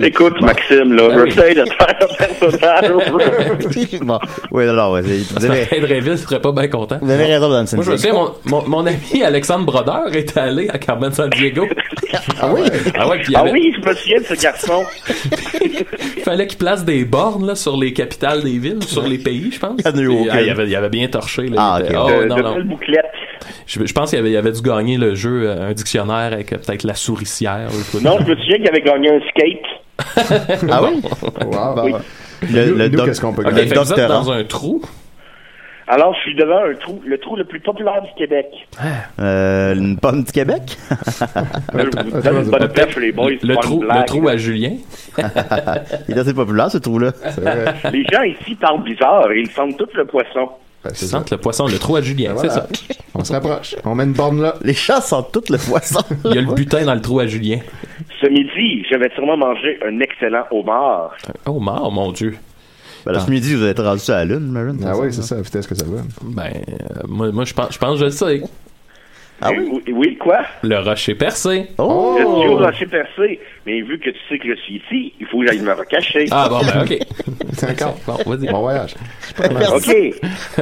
E: Écoute, Maxime, là,
C: Ben oui.
E: j'essaie de te faire un personnage.
A: Ah ouais. bon. Oui, alors, ouais, c'est- vous avez,
C: Indréville serait pas bien content.
A: vous avez raison, Madame
C: Moi, je
A: Simpson.
C: me souviens, mon, mon, mon ami Alexandre Brodeur est allé à Carmen San Diego.
B: Ah oui?
C: Ah ouais, puis il
E: ah
C: avait-
E: oui, je me souviens de ce garçon.
C: fallait qu'il place des bornes là, sur les capitales des villes, sur les pays, je pense.
A: Il y en a eu
C: Puis,
A: aucune.
C: ah, il, avait, il avait bien torché. Là,
A: Ah,
C: Il était-
A: ok.
C: oh,
E: de,
C: non,
E: Euh, de
C: non.
E: belles bouclettes.
C: Je, je pense qu'il avait, il avait dû gagner le jeu, euh, un dictionnaire avec euh, peut-être la souricière. ou quoi.
E: Non, je me souviens qu'il avait gagné un skate.
A: Ah oui?
B: Wow.
E: Oui.
A: Le-
B: Nous-
A: le
B: nous,
A: doc-
B: qu'est-ce qu'on peut
C: Ok,
A: le
C: fait
B: gagner?
C: que vous êtes
A: doctorat.
C: dans un trou.
E: Alors, je suis devant un trou, le trou le plus populaire du Québec.
A: Euh, une pomme du Québec?
C: Ah,
E: Je vous donne une bonne pêche, les boys. c'est
C: Le
E: pas une
C: trou, le
E: blague.
C: trou à Julien.
A: Il est assez populaire, ce trou-là.
B: Bah, C'est vrai.
E: Les gens ici parlent bizarre et ils sentent tout le poisson.
B: Ben,
C: Tu
B: c'est ça.
C: sens le poisson, le trou à Julien, c'est
B: Voilà.
C: ça.
B: On se rapproche. On met une borne là.
A: Les chats sentent tout le poisson. Ben,
C: Il y a le butin dans le trou à Julien.
E: Ce midi, je vais sûrement manger un excellent homard.
C: Oh, mort, mon Dieu.
A: Ben,
C: Ah.
A: ce midi, vous êtes rendu sur la Lune, j'imagine.
B: Ah oui, c'est ça. Vitesse que ça va.
C: Ben, euh, moi, moi, je pense, je pense, que je le sais.
A: Ah oui?
E: oui? oui, quoi?
C: Le rocher percé.
A: Oh!
E: Je suis au rocher percé, mais vu que tu sais que je suis ici, il faut que j'aille me recacher.
C: Ah, bon, ben, ok.
B: C'est encore.
C: Bon, vas-y.
B: Bon voyage.
E: OK.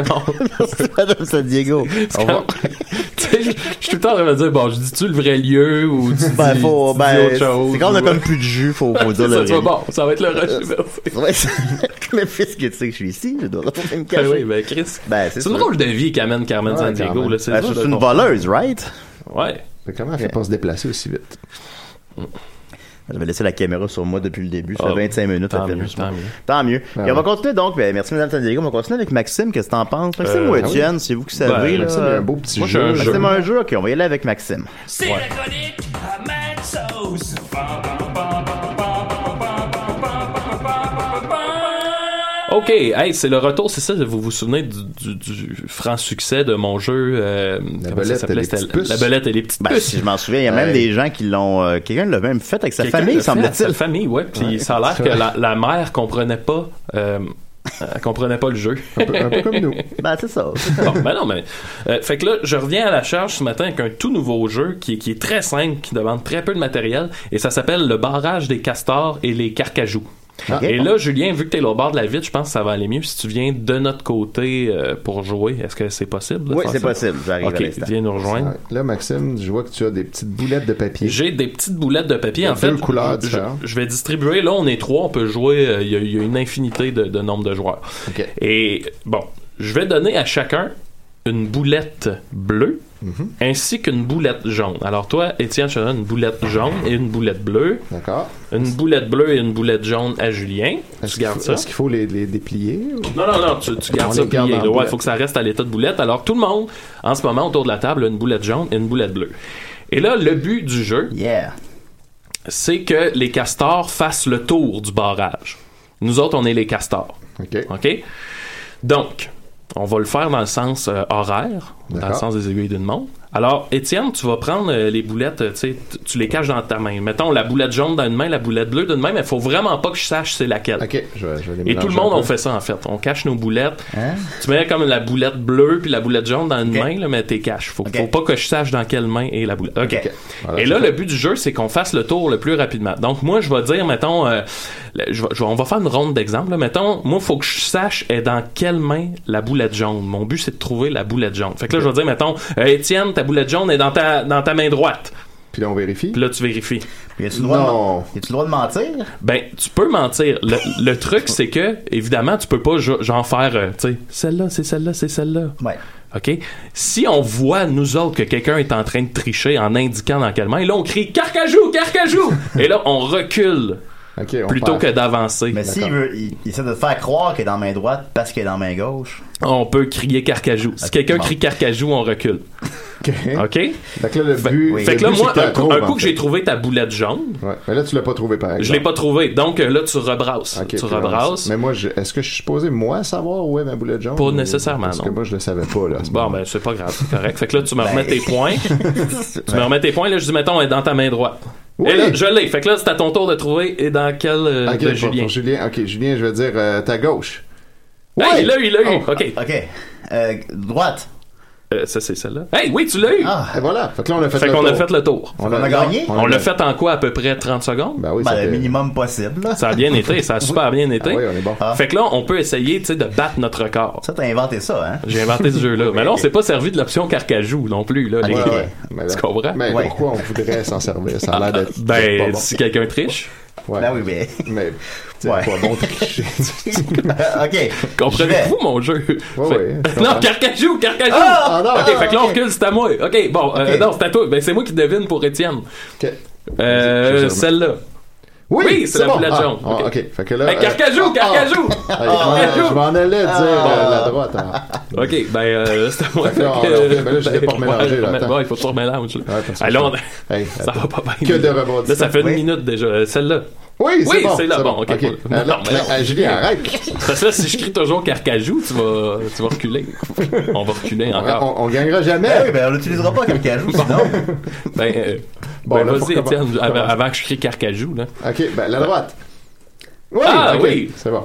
C: Bon.
A: C'est Madame San Diego.
C: Oh. C'est comme- Tu sais, je je suis tout le temps en train de me dire, bon, je dis-tu le vrai lieu ou tu
A: Ben,
C: dis,
A: faut,
C: tu dis
A: ben,
C: autre chose?
A: c'est quand on a
C: ou- euh,
A: comme plus de jus, faut, faut
C: C'est
A: dire
C: ça,
A: le
C: tu vois,
A: vrai.
C: bon, ça va être le rocher percé.
A: Ouais, c'est- Mais puisque tu sais que je suis ici, je dois retourner me
C: Ben
A: cacher.
C: oui, ben, Chris.
A: Ben, c'est
C: C'est une
A: sûr.
C: drôle de vie qu'amène Carmen
B: Ouais,
C: San
B: quand
C: Diego,
B: même.
C: là, c'est
A: Ben,
C: ça,
A: c'est
C: là,
A: une
C: bon.
A: voleuse, right?
C: Ouais.
B: Mais comment elle fait pas se déplacer aussi vite?
A: J'avais laissé la caméra sur moi depuis le début. Ça fait
C: Ah,
A: 25 minutes.
C: tant
A: elle fait
C: mieux,
A: juste
C: tant
A: moi.
C: mieux.
A: Tant mieux.
B: Ah,
A: Et on va
B: ouais.
A: continuer donc. Ben, merci, Madame San Diego. On va continuer avec Maxime. Qu'est-ce que t'en penses? Maxime
C: Euh,
A: ou
C: ah
A: Étienne? C'est vous qui savez.
C: Ben,
A: là.
B: Maxime, il y a un beau petit
C: Moi, j'ai
B: jeu.
C: un jeu.
A: Maxime a un jeu. Ok, on va y aller avec Maxime.
H: C'est la chronique à Mad Sauce.
C: Ok, hey, c'est le retour, c'est ça, vous vous souvenez du, du, du franc succès de mon jeu, euh, comment
B: belette
C: ça
B: et
C: s'appelait,
B: les
C: c'était
B: petites puces.
C: La belette et les petites
A: Ben,
C: puces.
A: si je m'en souviens, il y a même
B: Ouais.
A: des gens qui l'ont. euh, Quelqu'un l'a même fait avec sa
C: Quelqu'un
A: famille,
C: l'a fait à Sa
A: semble-t-il.
C: famille, ouais, puis ça a l'air
B: c'est
C: que
B: vrai.
C: la, la mère comprenait pas, euh, elle comprenait pas le jeu.
B: Un peu, un peu comme nous.
A: Ben, c'est ça.
C: bon, ben non, mais. euh, fait que là, je reviens à la charge ce matin avec un tout nouveau jeu qui, est- qui est très simple, qui demande très peu de matériel, et ça s'appelle Le barrage des castors et les carcajous.
A: Ok.
C: Et là, Julien, vu que t'es là au bord de la vitre, je pense que ça va aller mieux si tu viens de notre côté euh, pour jouer. Est-ce que c'est possible? de
A: Oui,
C: faire
A: c'est
C: ça?
A: possible. J'arrive à
C: Ok,
A: l'instant.
C: viens nous rejoindre.
B: Ouais. Là, Maxime, je vois que tu as des petites boulettes de papier.
C: J'ai des petites boulettes de papier. En fait,
B: deux couleurs
C: je,
B: différentes.
C: je vais distribuer. Là, on est trois, on peut jouer. euh, Il y a- il y, a une infinité de, de nombres de joueurs.
B: Ok.
C: Et bon, je vais donner à chacun une boulette bleue
B: Mhm.
C: ainsi qu'une boulette jaune. Alors toi, Étienne, je te donne une boulette jaune et une boulette bleue.
B: D'accord.
C: Une boulette bleue et une boulette jaune à Julien.
B: Est-ce
C: Tu
B: qu'il
C: gardes
B: faut,
C: ça.
B: est-ce qu'il faut les, les déplier? ou-
C: Non, non, non, tu, tu gardes
B: On
C: ça
B: les garde
C: plié,
B: en
C: là. Ouais,
B: boulette.
C: faut que ça reste à l'état de boulette. Alors, tout le monde, en ce moment, autour de la table, a une boulette jaune et une boulette bleue. Et là, le but du jeu,
A: Yeah.
C: c'est que les castors fassent le tour du barrage. Nous autres, on est les castors.
B: OK.
C: OK? Donc, on va le faire dans le sens euh, horaire, dans le
B: D'accord.
C: sens des aiguilles d'une montre. Alors, Étienne, tu vas prendre euh, les boulettes, euh, tu sais, tu- tu les caches dans ta main. Mettons la boulette jaune d'une main, la boulette bleue d'une main, mais il faut vraiment pas que je sache c'est laquelle.
B: OK, je vais, je vais les
C: Et tout le
B: mélanger
C: monde,
B: un
C: on
B: peu.
C: fait ça en fait. On cache nos boulettes.
A: Hein?
C: Tu mets comme la boulette bleue puis la boulette jaune dans une
A: Ok.
C: main, là, mais t'es cache. Faut,
A: Ok.
C: faut pas que je sache dans quelle main est la boulette. OK.
A: Ok.
B: Voilà,
C: Et là, le but du jeu, c'est qu'on fasse le tour le plus rapidement. Donc, moi, je vais dire, mettons, euh, le- je vais- je vais- on va faire une ronde d'exemple. là. Mettons, moi, faut que je sache est dans quelle main la boulette jaune. Mon but, c'est de trouver la boulette jaune. Fait que là, je vais dire, mettons, euh, Étienne, ta boulette jaune est dans ta, dans ta main droite.
B: Puis là, on vérifie.
C: Puis là, tu vérifies.
A: Y a-tu le droit de
B: Non.
A: men- y a-tu le droit de mentir?
C: Ben, tu peux mentir. Le, le truc, c'est que, évidemment, tu peux pas jo- genre faire, euh, tu sais, celle-là, c'est celle-là, c'est celle-là.
A: Ouais.
C: OK? Si on voit, nous autres, que quelqu'un est en train de tricher en indiquant dans quelle main, et là, on crie Carcajou, Carcajou! et là, on recule
B: OK, on
C: plutôt que
B: perd.
C: d'avancer.
A: Mais s'il veut, il, il essaie de te faire croire qu'il est dans main droite parce qu'il est dans main gauche.
C: On peut crier Carcajou. Si
A: Ok,
C: quelqu'un
A: bon.
C: crie Carcajou, on recule.
B: OK.
C: OK?
B: Fait que là, le
C: Fait-
B: but...
A: oui.
B: le
C: Fait que là,
B: but,
C: moi,
B: c'est tu
C: un
B: la
C: coup,
B: trouves,
C: un
B: en
C: coup que
B: fait.
C: j'ai trouvé ta boulette jaune,
B: Ouais. Mais là, tu l'as pas trouvé, par exemple.
C: je l'ai pas trouvée. Donc euh, là, tu rebrasses.
B: Ok,
C: tu
B: puis là, on-
C: rebrasses.
B: Mais moi, je- est-ce que je suis supposé, moi, savoir où est ma boulette jaune?
C: Pas
B: ou-
C: nécessairement,
B: Parce que
C: non.
B: moi, je le savais pas, là. à ce
C: Bon,
B: moment.
C: ben, c'est
B: Ben.
C: pas grave, c'est correct. Fait que là, tu me remets tes points. tu me remets tes points, là, je dis, mettons, elle est dans ta main droite.
B: Oui.
C: Et là, je l'ai. Fait que là, c'est à ton tour de trouver et dans quel euh,
B: Ok,
C: de
B: pour-
C: Julien.
B: pour Julien. Ok, Julien, je vais dire euh, ta gauche.
C: Hey, il l'a eu, il l'a eu.
B: Oh.
C: OK.
A: OK. Euh, droite.
C: Euh, ça, c'est celle-là. Hey, oui, tu l'as eu.
A: Ah.
B: Et voilà. Fait que là, on a fait
C: fait
B: le
C: qu'on a
B: tour.
C: fait le tour.
A: qu'on a gagné?
C: On l'a fait en quoi? À peu près 30 secondes?
B: Ben oui,
A: Ben,
B: ça
A: le
B: fait-
A: minimum possible. là.
C: Ça a bien été. Ça a super bien
B: Ah
C: été.
B: oui, on est bon.
A: Ah.
C: Fait que là, on peut essayer, tu sais, de battre notre record.
A: Ça, t'as inventé ça, hein?
C: J'ai inventé ce jeu-là. Mais là, on s'est pas servi de l'option carcajou non plus, là, les
A: Ok.
C: gars.
B: Ah, Ouais, ouais. Mais là-
C: Tu comprends?
B: Mais
A: Ouais.
B: pourquoi on voudrait s'en servir? Ça a l'air d'être. d'être
C: Ben,
B: pas
C: si quelqu'un triche,
B: bon. Ouais.
A: Ben oui, mais...
B: Mais, c'est
A: Ouais.
B: pas bon de tricher.
A: OK.
C: comprenez-vous mon jeu? Fait-
B: ouais, je comprends.
C: non, Carcajou, Carcajou!
A: Ah!
B: Ah, non,
C: ok,
B: ah,
C: fait que là, on
A: ok.
C: recule, c'est à moi. Ok, bon, euh,
A: Ok.
C: non, c'est à toi. Ben, c'est moi qui devine pour Étienne.
B: Ok.
C: Euh, celle-là.
B: Oui,
C: Oui, c'est la
B: bon.
C: boulette
B: Ah,
C: jaune.
B: ah,
C: Ok.
B: ok. Fait que là.
C: Hey,
B: euh,
C: Carcajou, Carcajou!
B: ah, je m'en- je m'en allais dire
C: Ah.
B: euh, la droite. hein.
C: Ok, ben, euh, c'est à moi.
B: Fait que là, on-
C: Euh,
B: ben là, je l'ai pas remélangé, là,
C: ouais,
B: attends.
C: ouais, il faut pas remélanger, là.
B: Ouais, parce que-
C: Hey, là, on-
B: Hey,
C: ça va pas bien.
B: Que de rebondissements.
C: Là, ça fait une
A: Oui.
C: minute déjà. Euh, Celle-là.
B: Oui, c'est
C: Oui,
B: bon.
C: c'est là, bon, ok.
B: Euh, là,
C: Non, mais
B: là,
C: non.
B: euh, Julien, arrête.
C: Parce que là, si je crie toujours Carcajou, tu vas, tu vas reculer. On va reculer
B: On,
C: encore. Eh
B: on gagnera
A: Ben oui,
B: jamais.
A: ben on l'utilisera pas comme cajou, sinon.
C: Ben, euh,
B: Bon,
C: ben,
B: là, faut
C: vas-y,
B: recommen-
C: Étienne, av-
B: commencer.
C: avant que je crie Carcajou, là.
B: Ok, ben, la droite. Oui,
C: Ah,
B: ok,
C: oui.
B: C'est bon.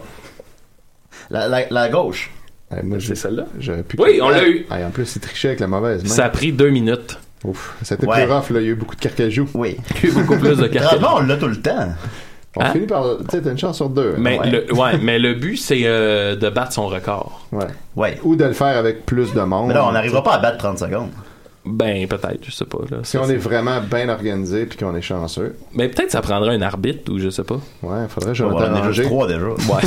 A: La, la, la gauche.
B: Hey, moi, j'ai-
C: C'est celle-là.
B: j'aurais pu-
C: Oui, on l'a eu.
B: Hey, en plus, il trichait avec la mauvaise main.
C: Ça a pris deux minutes.
B: Ouf, c'était
A: Ouais.
B: plus rough, là. Il y a eu beaucoup de carcajou.
A: Oui.
C: Il y a eu beaucoup plus de Carcajou.
A: Normalement, on l'a tout le temps.
B: On
C: Hein?
B: finit par. Tu sais, t'as une chance sur deux. hein.
C: Mais,
A: Ouais.
C: Le, ouais, mais le but, c'est euh, de battre son record.
B: Ouais.
A: Ouais.
B: Ou de le faire avec plus de monde.
A: Mais là, on n'arrivera pas à battre 30 secondes.
C: Ben, peut-être, je sais pas. Là,
B: Si on est vraiment bien organisé puis qu'on est chanceux,
C: Mais peut-être ça prendrait un arbitre ou je sais pas.
B: ouais, faudrait que
A: On
B: Jonathan
A: en est
B: Anger.
A: juste 3 déjà.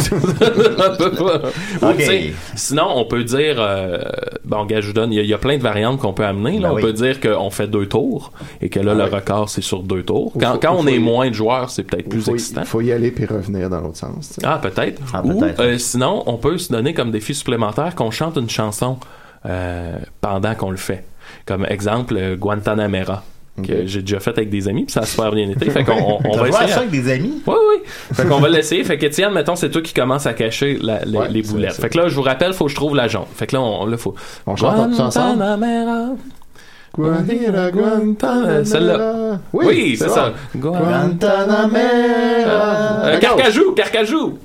C: Ouais, un peu pas. Ou,
A: Ok.
C: tu sais, Sinon, on peut dire, euh, bon, gars, je vous donne, il y, a- il y a plein de variantes qu'on peut amener. Là.
A: Ben
C: on
A: oui.
C: peut dire qu'on fait deux tours et que là, le
B: ouais.
C: record, c'est sur deux tours. Quand,
B: faut-
C: quand
B: Ah ou
C: on
B: faut
C: est
B: y-
C: moins de joueurs, c'est peut-être plus
B: faut,
C: excitant.
B: y, faut y aller puis revenir dans l'autre sens. tu sais.
C: Ah, peut-être.
A: Ah,
C: Ou
A: peut-être.
C: euh, sinon, on peut se donner comme défi supplémentaire qu'on chante une chanson euh, pendant qu'on le fait. Comme exemple, euh, Guantanamera, que
B: Ok.
C: j'ai déjà fait avec des amis, puis ça a super bien été. Fait qu'on on- on
A: On
C: va
A: va
C: essayer.
A: ça avec des amis.
C: Oui, oui. Fait qu'on va l'essayer. Fait qu'Étienne, mettons, c'est toi qui commence à cacher la- les,
B: Ouais,
C: les
B: c'est-
C: boulettes.
B: c'est-
C: Fait que là, je vous rappelle, faut que je trouve la jaune. Fait que là, on, là, faut.
B: On chante tous ensemble?
C: Guantanamera.
B: Guajira, Guantanamera.
C: Euh, celle-là.
B: Oui,
C: Oui, c'est
B: bon.
C: ça. Guantanamera.
B: Guantanamera.
C: Euh,
B: La gauche.
C: Carcajou, Carcajou.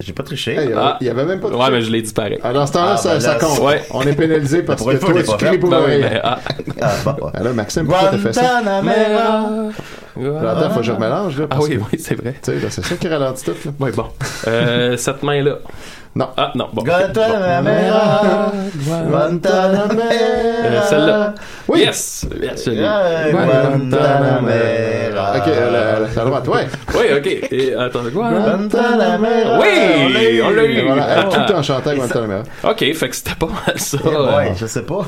A: J'ai pas triché.
B: Hey, Il y avait-
C: Ah.
B: il y avait même pas de
C: Ouais, mais je l'ai dit pareil.
B: Ah, dans ce temps-là,
A: Ah,
B: ça,
A: ben là,
B: ça compte.
C: ouais.
B: On est pénalisé parce
A: Pour
B: que
A: une fois, on
B: toi,
A: est
B: tu
A: pas
B: cries
A: fait.
B: pour
C: Ben oui,
B: rien.
C: mais, ah.
A: Ah, bon.
B: Alors, Maxime, pourquoi t'as fait ça?
A: Guantanamera.
B: Là, Attends, faut que je remélange, là.
C: Ah
B: parce
C: oui,
B: que,
C: oui, c'est vrai.
B: Tu sais, là, c'est ça qui ralentit tout, là.
C: Oui, bon. Euh, cette main-là.
B: Non.
C: Ah, non, bon.
A: Guantanamera.
C: Euh,
A: Guantanamera.
C: Celle-là.
B: Oui.
C: Yes! Yes, je l'ai.
A: Ouais, Guantanamera.
B: Ok, euh, la, la, la droite, ouais.
C: Oui, ok. Et, attends, quoi?
A: Guantanamera.
C: Oui, on l'a
B: Et
C: eu.
B: voilà,
C: Ah.
B: tout Eh le temps chantant Guantanamera.
C: Ok, fait que c'était pas mal ça.
A: Ouais, je sais pas.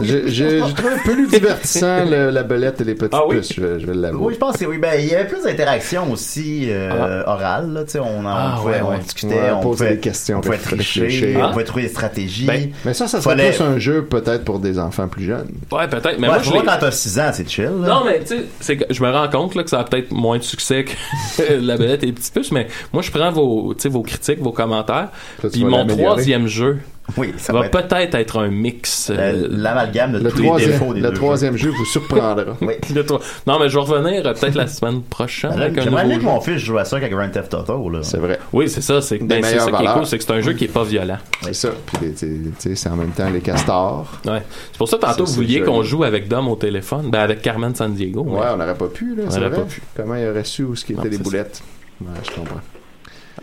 B: J'ai j'ai- j'ai trouvé plus divertissant le- la belette et les petites
C: Ah oui?
B: puces, je vais, je vais l'avouer.
A: Oui, je pense que oui. Ben, il y avait plus d'interactions aussi euh, orales. Là, tu sais, on, en-
C: Ah,
A: on, pouvait-
C: ouais,
A: on
C: ouais.
A: discutait,
B: Ouais,
A: on
B: poser
A: pouvait,
B: des questions,
A: on pouvait
B: réfléchir.
A: tricher,
B: Ah.
A: on pouvait trouver des stratégies.
C: Ben,
B: Mais ça, ça serait
A: Fallait-
B: plus un jeu peut-être pour des enfants plus jeunes.
C: Ouais, peut-être. Mais
A: Ouais,
C: moi,
A: tu
C: je
A: vois,
C: l'ai.
A: quand t'as 6 ans, c'est chill. là.
C: Non, mais tu sais, c'est que je me rends compte là, que ça a peut-être moins de succès que la belette et les petits puces, mais moi, je prends vos, tu sais, vos critiques, vos commentaires.
B: Ça, tu
C: Puis
B: vas
C: mon
B: l'améliorer.
C: troisième jeu
A: Oui, ça
C: va
A: va être
C: peut-être être un mix.
A: euh,
B: Ben,
C: euh,
A: l'amalgame de
B: Le
A: tous les défauts
B: troisième,
A: des
B: le
A: deux
B: troisième jeu vous surprendra.
A: jeux. Oui.
C: de toi. Non, mais je vais revenir euh, peut-être la semaine prochaine avec un
A: J'aimerais bien
C: nouveau jeu.
A: que mon fils joue à ça avec Grand Theft Auto. Là.
B: C'est vrai.
C: Oui, c'est ça. C'est ben, c'est
B: meilleures
C: ça qui est
B: valeurs.
C: cool, c'est que c'est un jeu qui est pas violent.
B: C'est ça. Puis, les- tu sais, c'est en même temps les castors.
C: Ouais. C'est pour ça tantôt
B: Ça,
C: vous
B: c'est
C: vouliez
B: le jeu.
C: qu'on joue avec Dom au téléphone, ben avec Carmen San Diego.
B: Ouais, on n'aurait pas pu, là. C'est
C: aurait
B: vrai.
C: pas pu.
B: Comment il aurait su où ce qui
C: Non,
B: était les
C: c'est ça.
B: boulettes? Ouais, je comprends.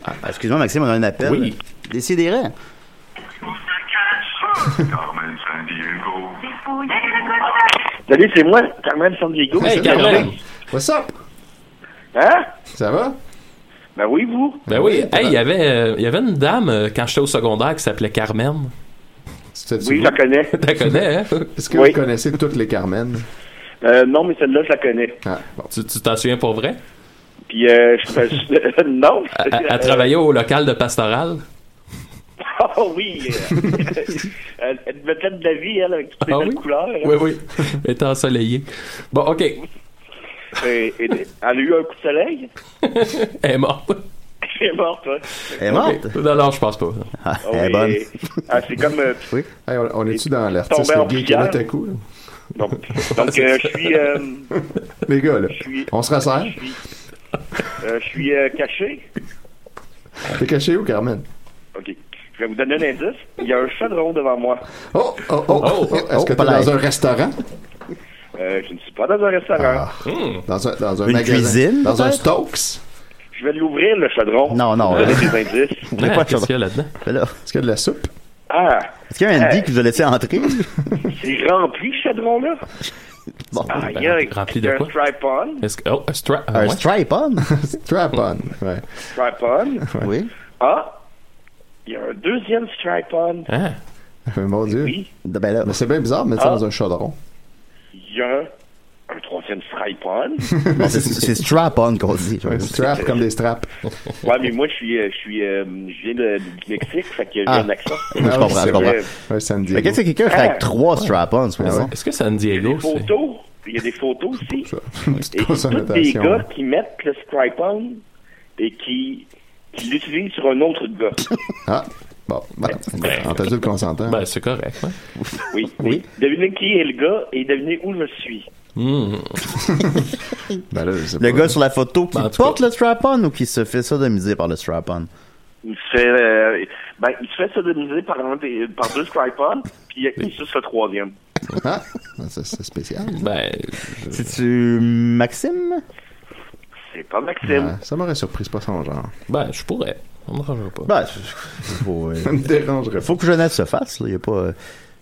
A: Ah, Excuse-moi, Maxime, on a un appel.
C: Oui.
A: Décidérez.
D: Carmen San Diego.
E: Salut, c'est moi, Carmen San Diego.
C: Hey,
B: c'est
C: Carmen.
B: What's up?
E: Hein?
B: Ça va?
E: Ben oui, vous.
C: Ben oui, hey, il y avait euh, il y avait une dame euh, quand j'étais au secondaire qui s'appelait Carmen.
B: C'était-tu
E: Oui,
B: vous?
E: je la connais.
C: T'as connais, hein?
B: Est-ce que
E: Oui.
B: vous connaissez toutes les Carmen?
E: Euh, non, mais celle-là, je la connais.
B: Ah, bon.
C: Tu tu t'en souviens pour vrai?
E: Puis, euh, je, je- non.
C: Elle elle travaillait au local de pastoral.
E: Ah oui. euh, elle elle me plaît de la vie, elle, avec toutes les
C: Ah
E: belles
C: oui?
E: couleurs.
C: Oui, oui. Elle était ensoleillée. Bon, ok.
E: Et- et- elle a eu un coup de soleil.
C: Elle est morte.
E: Elle est morte, ouais.
A: Elle est morte.
C: Ok. Non, non, je pense pas.
A: Ah,
E: Ah
A: elle est
E: oui,
A: bonne.
E: et- ah, c'est comme... euh,
B: Hey, on, on est-tu dans l'artiste
E: Tombé en
B: le gay
E: prière.
B: Kenotaku? là?
E: Bon. Donc, euh, je suis, euh,
B: Les gars, là.
E: je suis,
B: On se resserre.
E: je suis, euh, je suis euh, caché.
B: T'es caché où, Carmen?
E: Ok. Je vais vous donner un indice. Il y a un chaudron devant moi.
B: Oh, oh, oh.
C: Oh, oh,
B: Est-ce que t'es
A: palais.
B: dans un restaurant?
E: Euh, je ne suis pas dans un restaurant.
B: Ah. Dans un, dans un
A: Une
B: magasin?
A: cuisine,
B: Dans un
A: peut-être?
B: Stokes?
E: Je vais l'ouvrir, le chaudron.
A: Non, non.
E: Vous
A: euh,
E: donner des indices.
A: Il y a pas de
C: Ah, Qu'est-ce
A: chaudron.
C: qu'il y a là-dedans?
A: Mais là,
B: Est-ce qu'il y a de la soupe?
E: Ah,
A: Est-ce qu'il y a un Andy qui vous a laissé entrer?
E: c'est rempli, ce chaudron-là?
A: Bon.
E: Ah, il y a un,
C: Ben, rempli de
E: un
C: quoi?
E: strap-on.
C: Est-ce que. Oh, un stra- ah,
A: Un
C: ouais.
A: stripe-on?
B: Strap-on. Ouais.
E: Strap-on.
A: oui.
E: Ah, il y a un deuxième strap-on.
C: Ah,
B: Mais Euh, Mon Dieu.
E: Oui,
A: Ben là,
B: Mais c'est bien bizarre de mettre ça
E: Ah.
B: dans un chaudron.
E: il y a un troisième strap-on.
A: bon, c'est- c'est strap-on qu'on dit.
B: Un strap comme des straps.
E: ouais, mais moi, je suis, euh, je suis, euh, je viens de- du Mexique, fait que j'ai
A: Ah.
E: un accent.
A: Je comprends,
B: c'est
A: je comprends.
B: vrai. Ouais, ça me dit.
A: Fait que, tu sais, quelqu'un fait
C: Ah.
A: avec trois strap-ons, supposons.
C: Est-ce que San
E: Des
C: Diego, c'est.
E: photos, il y a des photos aussi.
B: Ça, Une
E: Et
B: petite
E: c'est tous des
B: consommation.
E: gars qui mettent le strap-on et qui, qui l'utilisent sur un autre gars.
B: Ah, bon, voilà.
C: Ben,
B: Entendu le consentant.
C: Ben, c'est correct, ouais.
E: Oui.
A: Oui.
E: Devinez qui est le gars et devinez où je suis.
C: Hmm.
B: Ben là, je sais
A: Le
B: pas.
A: gars sur la photo qui
C: Ben, en tout Euh.
A: porte le strap-on ou qui se fait sodomiser par le strap-on?
E: Il se fait, euh, ben, il se fait sodomiser par, un des- par deux strap-on, puis il, il suce le troisième.
B: Ah, ça, c'est spécial.
C: Ben,
A: C'est-tu Maxime?
E: C'est pas Maxime.
B: Ah, ça m'aurait surpris, c'est pas son genre.
C: ben, je pourrais. On ne rangera pas.
A: Ben, c'est- faut, euh,
B: Ça me dérangerait pas.
A: faut que Genève se fasse, là. Y a pas. euh,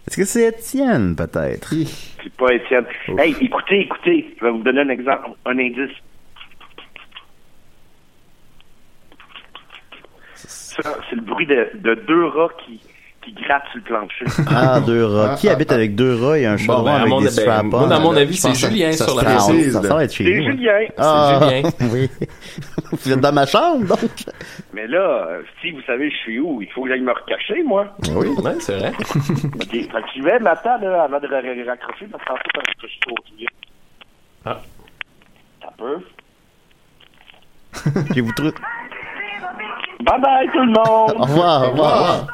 A: Est-ce que c'est Étienne, peut-être?
E: C'est pas Étienne. Hey, écoutez, écoutez, je vais vous donner un exemple, un indice. Ça, c'est le bruit de, de deux rats qui, qui grattent sur le plancher.
A: Ah, deux rats.
B: Ah,
A: Qui
B: ah,
A: habite avec deux rats et un
C: Bon,
A: chaudron
C: ben, à
A: avec
C: mon,
A: des
C: ben,
A: strap-ons?
C: moi, dans mon
B: là,
C: avis,
B: je
C: c'est
B: pense que
C: Julien
B: ça
C: sur
B: se
C: la
A: Ah,
B: trace.
C: photo.
A: on-
B: précise,
A: ça
B: là.
A: ça va être chez
E: C'est
A: nous.
E: Julien.
A: Ah,
C: Julien.
A: oui. Vous êtes dans ma chambre, donc?
E: Mais là, euh, si vous savez je suis où, il faut que j'aille me recacher, moi.
B: Ben Oui.
C: Ouais, c'est vrai.
E: Ok, fait que j'y vais maintenant, là, avant de ra- ra- raccrocher, parce qu'en fait, je suis trop vieux.
C: Ah.
E: Ça peut.
A: Puis vous trouvez.
E: Bye bye tout le monde!
A: Au revoir, au revoir.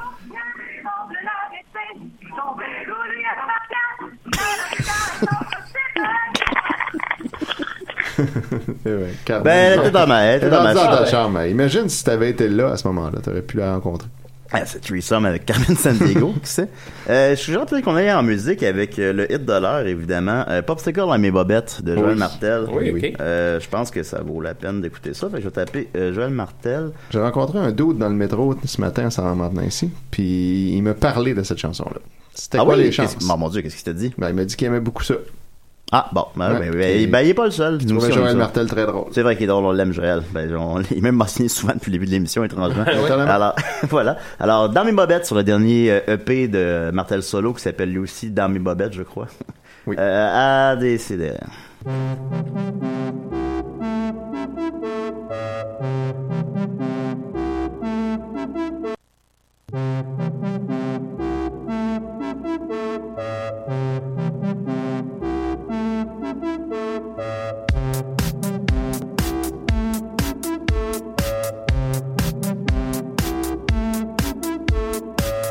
B: Eh ouais, Carmen.
A: Ben, elle était dans ma, elle
B: Elle
A: était
B: est
A: dans ma
B: rendue dans
A: chambre.
B: ta chambre. hein. Imagine si t'avais été là à ce moment-là, t'aurais pu la rencontrer.
A: Ah, c'est threesome avec Carmen Sandiego, qui sait. Euh, je suis gentil qu'on aille en musique avec euh, le hit de l'heure, évidemment. Euh, Popsicle à mes bobettes de Joël Martel.
C: Oui, ok.
A: Euh, je pense que ça vaut la peine d'écouter ça. Fait que je vais taper euh, Joël Martel.
B: J'ai rencontré un dude dans le métro ce matin en s'en rendant maintenant ici, puis il me parlait de cette chanson-là. C'était quoi les
A: Ah qu'est-ce-
B: chances?
A: Bon, mon Dieu, qu'est-ce qu'il t'a dit?
B: Ben, il m'a dit qu'il aimait beaucoup ça.
A: Ah, bon, ben,
B: Ouais,
A: ben,
B: puis-
A: ben, ben, il est pas le seul.
B: Il
A: Nous
B: trouvait
A: aussi, on
B: Joël
A: aime ça.
B: Martel très drôle.
A: C'est vrai qu'il est drôle, on l'aime, Joël. Ben, on- il m'a mentionné souvent depuis le début de l'émission, étrangement.
B: Étonnamment.
A: Alors, voilà. Alors, dans mes bobettes, sur le dernier euh, EP de Martel Solo, qui s'appelle lui aussi Dans mes bobettes, je crois.
B: Oui.
A: Euh, à décider.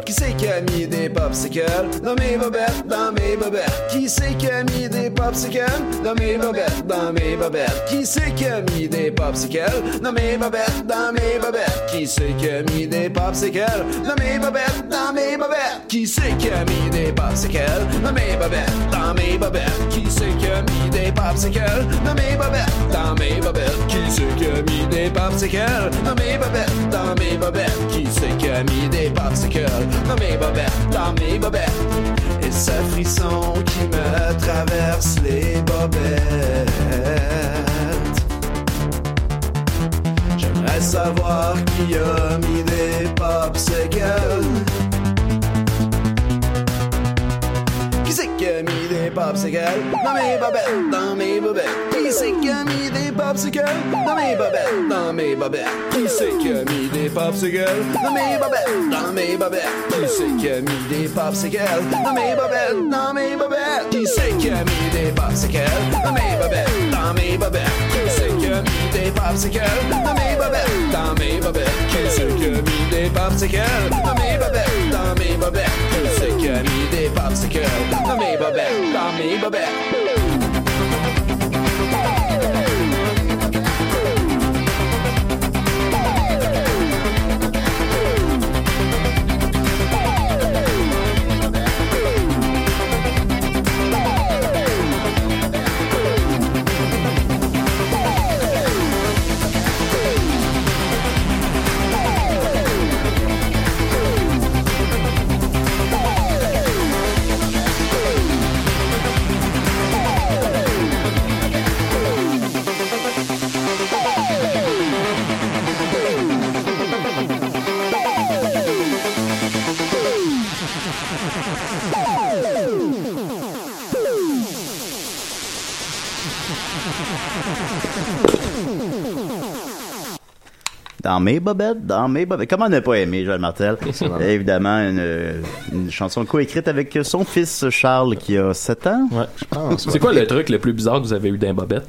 I: Qui c'est qui a mis des popsicles dans mes bobettes, dans mes bobettes? Qui c'est qui a mis des popsicles dans mes bobettes, dans mes bobettes? Qui c'est qui a mis des popsicles dans mes bobettes, dans mes bobettes? Qui c'est qui a mis des popsicles dans mes bobettes, dans mes bobettes? Qui c'est qui a mis des popsicles dans mes bobettes, dans mes bobettes? Qui c'est qui a mis des popsicles dans mes bobettes, dans mes bobettes? Qui c'est qui a mis des popsicles dans mes bobettes, dans mes bobettes? Qui c'est qui a mis des popsicles dans mes bobettes, dans mes bobettes? Et ce frisson qui me traverse les bobettes. J'aimerais savoir qui a mis des popsicles. Qui c'est qui a mis des popsicles dans mes bobettes, dans mes bobettes? Qui c'est qui a mis des popsicles dans mes bobettes, dans mes bobettes? Qui c'est qui a mis des popsicles dans mes bobettes, dans mes bobettes? Qui c'est qui a mis des popsicles dans mes bobettes, dans mes bobettes? Qui c'est qui a mis des popsicles dans mes bobettes, dans mes bobettes? Qui c'est qui a mis des popsicles dans mes bobettes, dans mes bobettes? Qui c'est qui a mis des popsicles dans mes bobettes, dans mes bobettes? Qui c'est qui a mis des popsicles dans mes bobettes, dans mes mes bobettes.
A: Dans mes bobettes, dans mes bobettes. Comment ne pas aimer Joël Martel?
B: Excellent.
A: Évidemment, une, une chanson coécrite avec son fils Charles qui a 7 ans.
C: Ouais.
B: pense, ouais.
C: C'est quoi le truc le plus bizarre que vous avez eu d'un bobette?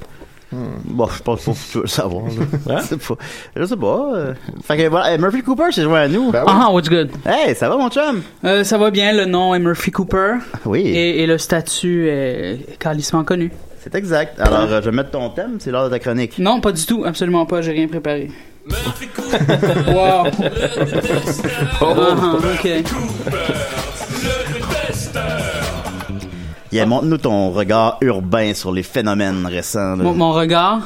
A: Bon, je pense pas que tu veux le savoir. là.
C: Hein?
A: Je sais pas. Je sais pas. euh. Fait que voilà, hey, Murphy Cooper s'est joint à nous.
B: Ben oui.
J: Ah, what's good?
A: Hey, ça va mon chum?
J: Euh, ça va bien, le nom est Murphy Cooper
A: Oui,
J: et, et le statut est calissement connu.
A: c'est exact. Alors, euh, je vais mettre ton thème, c'est l'heure de ta chronique.
J: Non, pas du tout, absolument pas, j'ai rien préparé.
H: Murphy Cooper,
J: Wow!
H: le détesteur.
J: Ah,
I: Uh-huh.
J: ok.
H: Cooper, le détesteur.
J: Ah.
A: Yeah, montre-nous ton regard urbain sur les phénomènes récents. là.
J: Mon, mon regard.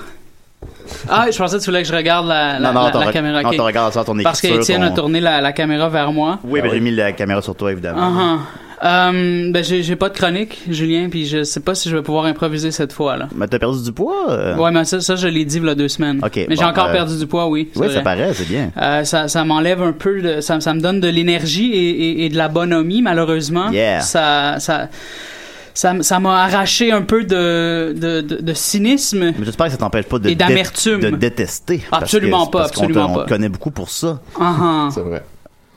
J: Ah, je pensais que tu voulais que je regarde la, la,
A: non, non,
J: la-
A: ton
J: la
A: re-
J: caméra.
A: non,
J: ok.
A: ton regard sur ton écriture.
J: Parce qu'Étienne a
A: ton-
J: tourné la, la caméra vers moi.
A: Oui, ben, j'ai mis la caméra sur toi, évidemment.
J: Ah, ah. Hum, ben, j'ai j'ai pas de chronique, Julien, puis je sais pas si je vais pouvoir improviser cette fois. là.
A: Mais t'as perdu du poids? euh?
J: Ouais, mais ça, ça je l'ai dit il y a deux semaines.
A: Ok,
J: mais j'ai
A: bon,
J: encore
A: euh,
J: perdu du poids, oui. c'est
A: Oui,
J: vrai.
A: ça paraît, c'est bien.
J: Euh, ça, ça m'enlève un peu de, ça, ça me donne de l'énergie et, et- et de la bonhomie malheureusement
A: Yeah.
J: ça ça ça m- ça m'a arraché un peu de de, de, de cynisme
A: Mais j'espère que ça t'empêche pas de,
J: Et d'amertume.
A: de détester. parce
J: Absolument
A: que-
J: pas,
A: parce qu'on te-
J: absolument
A: On
J: pas.
A: te connaît beaucoup pour ça.
J: Ah, ah,
B: C'est vrai.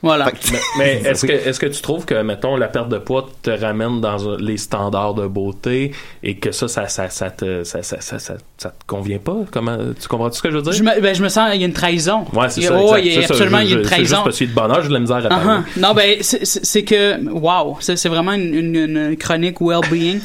A: Eh
J: voilà
C: Mais, mais est-ce que, est-ce que tu trouves que, mettons, la perte de poids te ramène dans un- les standards de beauté et que ça, ça, ça, ça, te, ça, ça, ça, ça- ça te convient pas? Comment, tu comprends ce que je veux dire?
J: je me, ben, je me sens il y a une trahison
C: Ouais, c'est
J: Il y a-
C: ça.
J: oh,
C: exact.
J: il y a
C: C'est ça,
J: absolument
C: je-
J: il y a une
C: je- C'est juste
J: trahison
C: parce qu'il y a de bonheur, j'ai de la misère à
J: Ah,
C: parler.
J: ah. Non, ben, c'est- c'est c'est que, wow, c'est c'est vraiment une, une- une chronique well-being.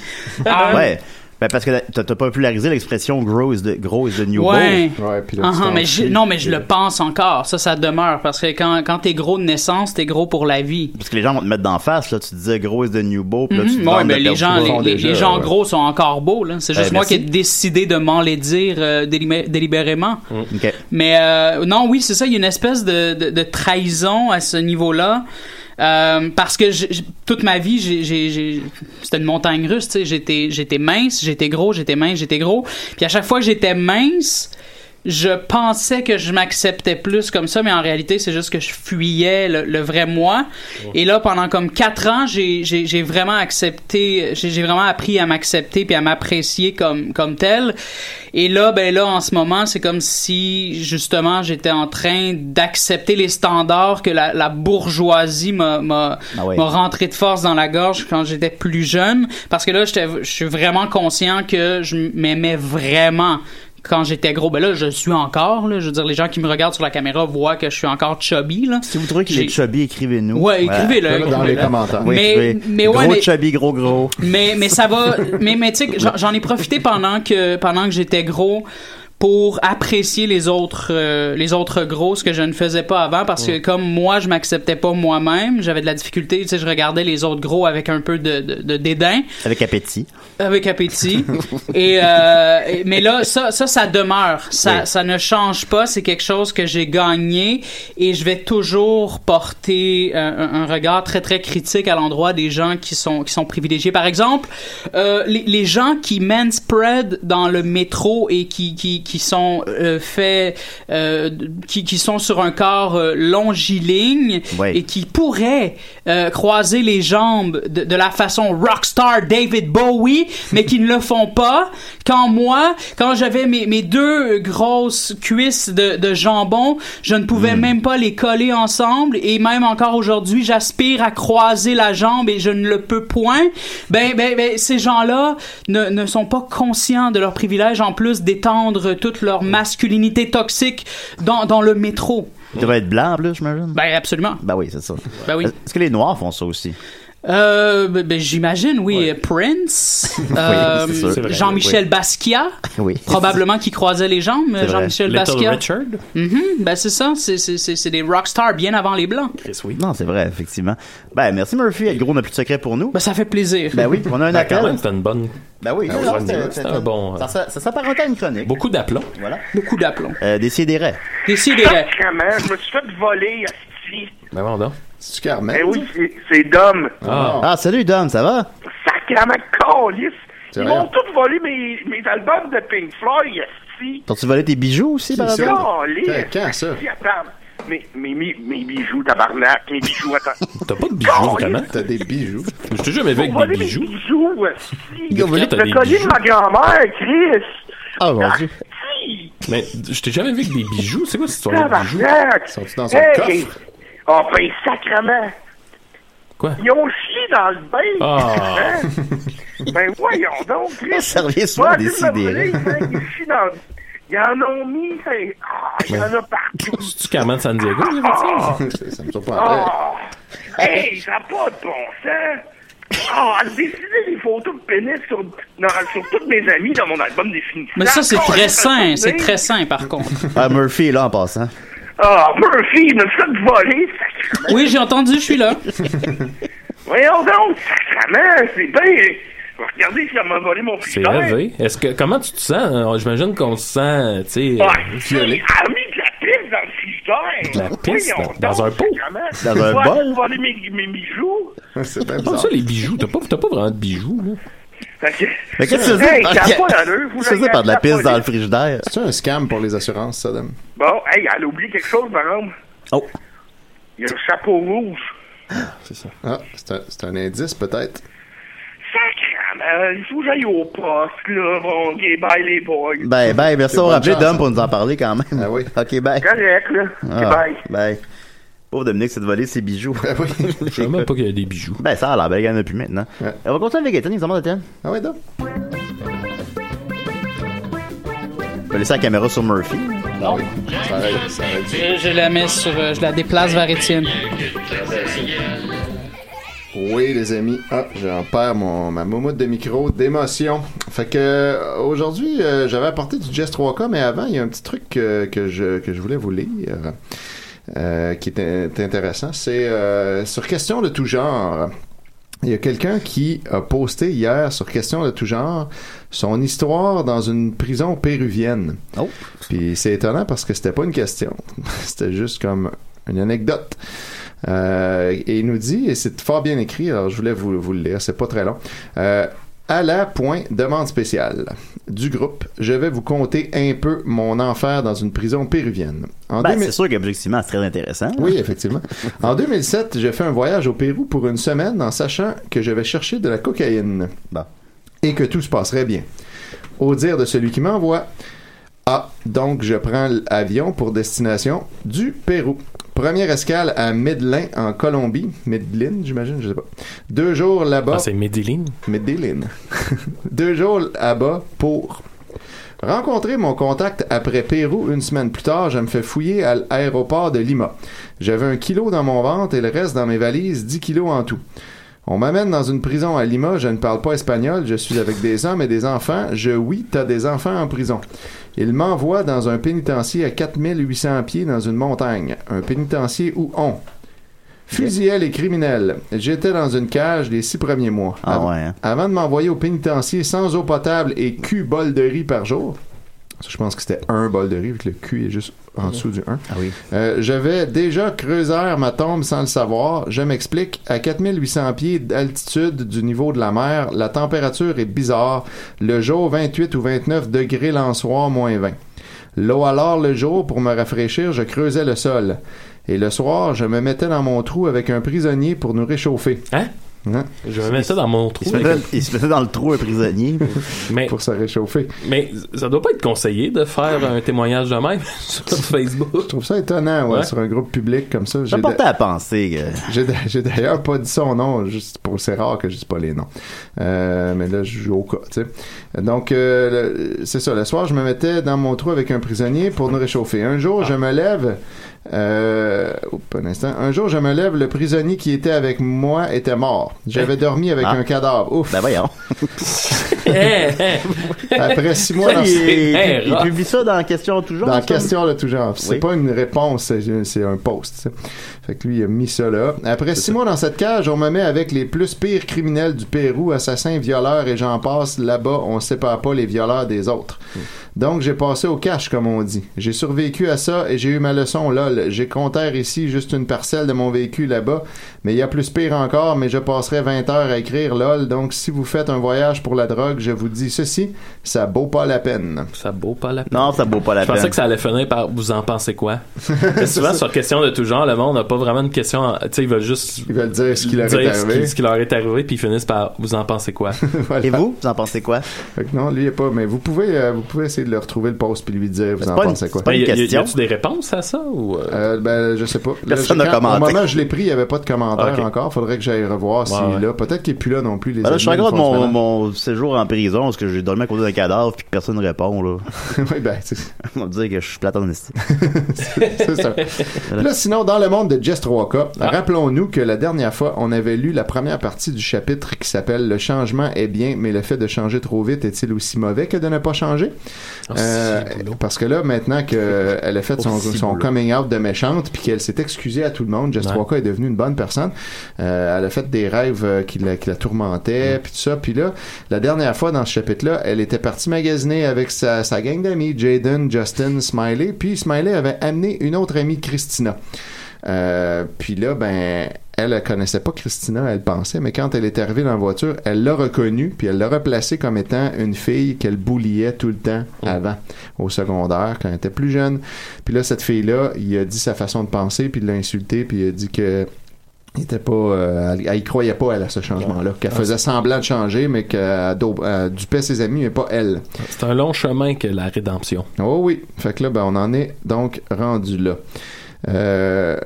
J: Ah,
A: Ouais. Ben parce que t'as t'as popularisé l'expression grow is the, grow is the new
J: ouais.
B: Ouais, puis là,
J: Ah,
B: tu
J: ah,
B: t'en
J: mais je-
B: fous. euh,
J: non, mais je le pense encore. Ça, ça demeure. Parce que quand, quand t'es gros de naissance, t'es gros pour la vie.
A: beau. Parce que les gens vont te mettre d'en face, là. Tu te disais grow is the new beau, puis là, tu te
J: Mhm.
A: demandes
J: Ouais, mais
A: de
J: les
A: perdre
J: gens,
A: du poids.
J: les, les-
B: déjà,
J: les gens
B: ouais.
J: gros sont encore beaux. là. C'est juste
A: Ben,
J: moi
A: merci.
J: qui ai décidé de m'en les dire euh, délibé- délibérément.
A: Ok.
J: Mais euh, non, oui, c'est ça. Il y a une espèce de, de, de trahison à ce niveau-là. Euh, parce que j'ai- j'ai- toute ma vie, j'ai- j'ai- j'ai- c'était une montagne russe. tu sais. J'étais j'étais mince, j'étais gros, j'étais mince, j'étais gros. Puis à chaque fois que j'étais mince, je pensais que je m'acceptais plus comme ça, mais en réalité, c'est juste que je fuyais le, le vrai moi. Et là, pendant comme quatre ans, j'ai- j'ai j'ai vraiment accepté, j'ai j'ai vraiment appris à m'accepter puis à m'apprécier comme, comme tel. Et là, ben là, en ce moment, c'est comme si, justement, j'étais en train d'accepter les standards que la, la bourgeoisie m'a m'a-
A: Ah ouais.
J: m'a rentré de force dans la gorge quand j'étais plus jeune. Parce que là, j'étais- je suis vraiment conscient que je m'aimais vraiment quand j'étais gros, ben là, je le suis encore. Là. Je veux dire, les gens qui me regardent sur la caméra voient que je suis encore chubby. Là.
A: Si vous trouvez qu'il est
J: J'ai-
A: chubby, écrivez-nous.
J: Ouais,
A: Voilà.
J: écrivez-le.
B: Là, Dans les
J: écrivez-le.
B: commentaires.
A: Oui,
J: Mais-
A: écrivez.
J: mais ouais,
A: gros
J: mais-
A: chubby, gros gros.
J: Mais, mais ça va. mais mais tu sais, que j'en- j'en ai profité pendant que, pendant que j'étais gros pour apprécier les autres euh, les autres gros ce que je ne faisais pas avant parce que comme moi je m'acceptais pas moi-même j'avais de la difficulté tu sais je regardais les autres gros avec un peu de, de, de dédain
A: Avec appétit.
J: avec appétit. et, euh, et- mais là, ça, ça, ça demeure. Ça, ça ne change pas. C'est quelque chose que j'ai gagné et je vais toujours porter euh, un, un regard très, très critique à l'endroit des gens qui sont, qui sont privilégiés. Par exemple, euh, les, les gens qui manspread dans le métro et qui, qui, qui sont euh, faits, euh, qui, qui sont sur un corps euh, longiligne
A: Ouais.
J: et qui pourrait euh, croiser les jambes de, de la façon rockstar David Bowie, mais qui ne le font pas. Quand moi, quand j'avais mes, mes deux grosses cuisses de, de jambon, je ne pouvais même pas les coller ensemble. Et même encore aujourd'hui, j'aspire à croiser la jambe et je ne le peux point. Ben, ben, ben ces gens-là ne, ne sont pas conscients de leur privilège, en plus d'étendre toute leur masculinité toxique dans, dans le métro.
A: Il devrait être blanc, là, j'imagine.
J: Ben absolument.
A: Ben oui, c'est ça.
J: Ben oui.
A: Est-ce que les noirs font ça aussi?
J: Euh, ben, ben, j'imagine, oui. Prince, euh,
A: c'est sûr.
C: C'est vrai,
J: Jean-Michel Basquiat,
A: Oui.
J: probablement qui croisait les jambes,
A: vrai.
J: Jean-Michel
C: Little
J: Basquiat.
C: Richard?
J: Mhm, ben c'est ça, c'est- c'est c'est- c'est des rockstars bien avant les Blancs.
C: Chris, oui.
A: Non, c'est vrai, effectivement. Ben, merci Murphy. Gros n'a plus de secret pour nous.
J: Ben ça fait plaisir.
A: Ben oui, on a un
C: Ah, quand
A: appel.
C: même, c'était une bonne.
A: Ben oui,
C: oui,
A: non,
C: c'est-
A: c'est-
C: c'est
A: c'est-
C: un bon, euh,
A: Ça, ça, ça s'apparente à une chronique.
C: Beaucoup d'aplomb.
A: Voilà.
J: Beaucoup d'aplomb.
A: Euh, Décidérez.
J: Décidérez.
E: Sacrement, je me suis fait voler, asti.
C: Ben bon, donc.
B: C'est-tu Carmen?
E: Eh oui, c'est- c'est Dom.
C: Ah,
A: Ah, salut Dom, ça va?
E: Sacrement, calice.
B: C'est
E: Ils
B: vrai.
E: m'ont tous volé mes, mes albums de Pink Floyd, asti.
A: T'as-tu volé tes bijoux aussi par
B: ça?
A: hasard?
E: Calice.
B: Quand, quand, ça?
E: Asti, attends. Mes, mes, mes, mes bijoux, tabarnak. Mes bijoux, attends.
C: t'as pas de bijoux, vraiment?
B: T'as des bijoux.
C: Je t'ai jamais vu
E: Ils m'ont
C: avec des
E: volé mes
C: bijoux.
E: bijoux, asti.
A: Ils ont volé
C: t'as des
E: Le collier de
C: bijoux.
E: ma grand-mère, Chris.
A: Ah, mon dieu.
E: Asti.
C: Mais je t'ai jamais vu avec des bijoux. C'est quoi cette histoire de bijoux?
E: Tabarnak!
B: Sont-ils dans un coffre?
E: Oh, ben, sacrement!
C: Quoi?
E: Ils ont chié dans le bain!
C: Ah.
E: Hein? ben, voyons donc, Chris!
A: Service-moi
E: Vas-y, me
A: décidéré.
E: brûler, hein, Ils chient dans le... Ils en ont mis, hein. Ah, il y en a Ah. partout!
C: C'est-tu Carmen San Diego, il y avait ça?
B: C'est- ça me surprendrait.
E: Oh! Hey, ça n'a pas de bon sens! Oh, elle décidait des photos de pénis sur, non, sur toutes mes amies dans mon album définitif.
J: Mais ça c'est très sain, c'est très sain par contre.
A: Ah, Murphy est là en passant.
E: Oh, Murphy, il me fait voler, sacrement!
J: Oui, j'ai entendu, je suis là.
E: Voyons donc, sacrement, c'est bien. Regardez si elle m'a volé mon
C: C'est
E: futon.
C: rêvé. Est-ce que, comment tu te sens? Euh, J'imagine qu'on se sent, tu sais, euh,
E: Ouais,
C: violé.
E: Elle a mis de Ah, la pisse dans le frigidaire.
C: De la pisse dans- dans un pot?
A: Dans un bol?
E: volé mes, mes bijoux.
B: Eh, C'est
A: Ah,
B: bien
C: Comme
B: bizarre.
C: ça, les bijoux, t'as pas, t'as pas vraiment de bijoux, là.
E: Fait que-
A: Mais qu'est-ce que c'est?
E: Hey, ça a pas d'allure, vous
A: Qu'est-ce que c'est par de la
E: la
A: pisse dans le
E: police.
A: frigidaire?
B: C'est un scam pour les assurances, ça, Dom?
E: Bon, hey, elle a oublié quelque chose, par exemple.
A: Oh.
E: Il y a le chapeau rouge.
B: Ah, c'est un, c'est un indice, peut-être.
E: Sacrement, il faut que j'aille au poste, là. Bon, ok, bye les boys.
A: Bye, bye. Ben, Merci
B: C'est
A: d'avoir
B: bonne
A: appelé
B: chance.
A: Dom pour nous en parler quand même.
B: Ah oui.
A: Ok, bye.
E: Correct, là.
A: Ah,
E: Ok, bye.
A: Bye. Pauvre Dominique, c'est de voler ses bijoux.
B: Ah oui.
C: Je sais même pas qu'il y a des bijoux.
A: Ben, ça a l'air, ben, il y en a plus maintenant.
B: Ouais.
A: On va continuer avec Ethan, il nous en demande Ethan.
B: Ah ouais, Dom?
A: On va laisser la caméra sur Murphy.
B: Ah oui. Ça aurait- ça aurait dû-
J: Je, je la mets sur, euh, je la déplace vers Étienne.
B: Oui, les amis. Ah, j'en perds mon, ma moumoute de micro d'émotion. Fait que euh, aujourd'hui, euh, j'avais apporté du Jazz 3K, mais avant, il y a un petit truc que, que je, que je voulais vous lire. euh, qui est, in- intéressant, c'est euh, sur question de tout genre. Il y a quelqu'un qui a posté hier sur question de tout genre son histoire dans une prison péruvienne.
A: Oh.
B: Puis c'est étonnant parce que c'était pas une question, c'était juste comme une anecdote. Euh, et il nous dit, et c'est fort bien écrit, alors je voulais vous, vous le lire, c'est pas très long. Euh, à la point demande spéciale du groupe, je vais vous conter un peu mon enfer dans une prison péruvienne. En
A: Ben,
B: 2000
A: c'est sûr qu'objectivement, c'est très intéressant.
B: oui, effectivement. En 2007, j'ai fait un voyage au Pérou pour une semaine en sachant que je vais chercher de la cocaïne
A: Bon.
B: et que tout se passerait bien. Au dire de celui qui m'envoie, ah, donc je prends l'avion pour destination du Pérou. Première escale à Medellin en Colombie. Medellin, j'imagine, je sais pas. Deux jours là-bas.
C: Ah, c'est Medellin.
B: Medellin. Deux jours là-bas pour rencontrer mon contact après Pérou une semaine plus tard. Je me fais fouiller à l'aéroport de Lima. J'avais un kilo dans mon ventre et le reste dans mes valises, 10 kilos en tout. On m'amène dans une prison à Lima, je ne parle pas espagnol, je suis avec des hommes et des enfants, je oui, t'as des enfants en prison. Il m'envoie dans un pénitencier à 4800 pieds dans une montagne, un pénitencier où on fusillait les criminels. J'étais dans une cage les six premiers mois.
A: Ah
B: Av-
A: ouais, hein.
B: Avant de m'envoyer au pénitencier sans eau potable et cul bol de riz par jour, ça, je pense que c'était un bol de riz, vu que le cul est juste en dessous du 1.
A: Ah oui.
B: Euh, j'avais déjà creusé ma tombe sans le savoir. Je m'explique. À 4800 pieds d'altitude du niveau de la mer, la température est bizarre. Le jour 28 ou 29 degrés l'ensoir, moins 20. L'eau alors le jour, pour me rafraîchir, je creusais le sol. Et le soir, je me mettais dans mon trou avec un prisonnier pour nous réchauffer.
C: Hein?
B: Hein?
C: Je vais mettre ça dans mon trou.
A: Il se, mettait, il se mettait dans le trou un prisonnier.
C: Mais,
B: Pour se réchauffer.
C: mais ça doit pas être conseillé de faire un témoignage de même sur Facebook.
B: Je trouve ça étonnant, ouais,
C: Ouais.
B: sur un groupe public comme ça.
A: Ça
B: J'ai
A: portait à penser que.
B: J'ai d'a- j'ai d'ailleurs pas dit son nom, juste pour c'est rare que je dise pas les noms. Euh, mais là, je joue au cas, tu sais. Donc, euh, le- c'est ça. Le soir, je me mettais dans mon trou avec un prisonnier pour nous réchauffer. Un jour, je me lève, Euh, oups, un instant. Un jour, je me lève, le prisonnier qui était avec moi était mort. J'avais dormi avec
A: Ah.
B: un cadavre. Ouf.
A: Ben voyons.
B: Après six mois, dans-
A: il, il-
C: bien
A: il
C: rough.
A: publie ça dans Question Toujours.
B: Dans la question de tout genre. C'est
A: Oui.
B: pas une réponse, c'est- c'est un post. ça. Fait que lui, il a mis ça là. Après six mois dans cette cage, on me met avec les plus pires criminels du Pérou, assassins, violeurs et j'en passe. Là-bas, on sépare pas les violeurs des autres. Donc, j'ai passé au cash, comme on dit. J'ai survécu à ça et j'ai eu ma leçon, lol. J'ai compté ici juste une parcelle de mon véhicule là-bas, mais il y a plus pire encore, mais je passerai 20 heures à écrire, lol. Donc, si vous faites un voyage pour la drogue, je vous dis ceci, ça vaut pas la peine.
C: Ça vaut pas la peine.
A: Non, ça vaut pas la
C: Je pensais
A: peine.
C: que ça allait finir par vous en pensez quoi. C'est souvent sur question de tout genre, le monde n'a pas vraiment de question. en- Tu sais, ils veulent juste
B: Ils veulent dire ce qui leur est
C: dire ce
B: arrivé.
C: qui, ce qui leur est arrivé, puis ils finissent par vous en pensez quoi.
B: Voilà.
A: Et vous, vous en pensez quoi?
B: Fait que non, lui, il est pas. Mais vous pouvez, euh, vous pouvez essayer de le retrouver le post puis lui dire, vous
A: C'est
B: en
A: pas une-
B: pensez quoi.
A: c'est pas une-
C: y a- y a-
A: question.
C: Y a-tu des réponses à ça ou euh,
B: Euh, ben, je sais pas. Là,
A: Personne
B: je-
A: n'a
B: quand-
A: commenté.
B: Au moment où je l'ai pris, il n'y avait pas de commentaire
C: Ok.
B: encore. Faudrait que j'aille revoir s'il
C: ouais.
B: est là. Peut-être qu'il est plus là non plus. Les
A: Ben là, je suis
B: admins
A: encore de
B: font ce
A: mon,
B: mélange.
A: mon séjour en prison parce que j'ai dormi à côté d'un cadavre puis que personne ne répond. Là.
B: oui, ben, c'est c'est
A: On va me dire que je suis plate en esti.
B: ça. là, sinon, dans le monde de Just 3K,
A: Ah.
B: rappelons-nous que la dernière fois, on avait lu la première partie du chapitre qui s'appelle Le changement est bien, mais le fait de changer trop vite est-il aussi mauvais que de ne pas changer?
C: Ah,
B: Euh,
C: c'est boulot.
B: parce que là, maintenant qu'elle a fait son,
A: Aussi
B: son
A: boulot.
B: coming out de méchante, puis qu'elle s'est excusée à tout le monde, Jess
C: Ouais.
B: Walker est devenue une bonne personne. Euh, elle a fait des rêves euh, qui la, qui la tourmentaient, puis tout ça. Puis là, la dernière fois dans ce chapitre-là, elle était partie magasiner avec sa, sa gang d'amis, Jaden, Justin, Smiley. Puis Smiley avait amené une autre amie, Christina. Euh, puis là, ben, elle, elle connaissait pas Christina, elle pensait, mais quand elle est arrivée dans la voiture, elle l'a reconnue, puis elle l'a replacée comme étant une fille qu'elle bouliait tout le temps avant, au secondaire, quand elle était plus jeune. Puis là, cette fille-là, il a dit sa façon de penser, puis il l'a insultée, puis il a dit que. il était pas, euh, elle, elle y croyait pas elle, à ce changement-là, qu'elle faisait semblant de changer, mais qu'elle daub- elle dupait ses amis, mais pas elle.
C: C'est un long chemin que la rédemption.
B: Oh oui. Fait que là, ben, on en est donc rendu là. Euh,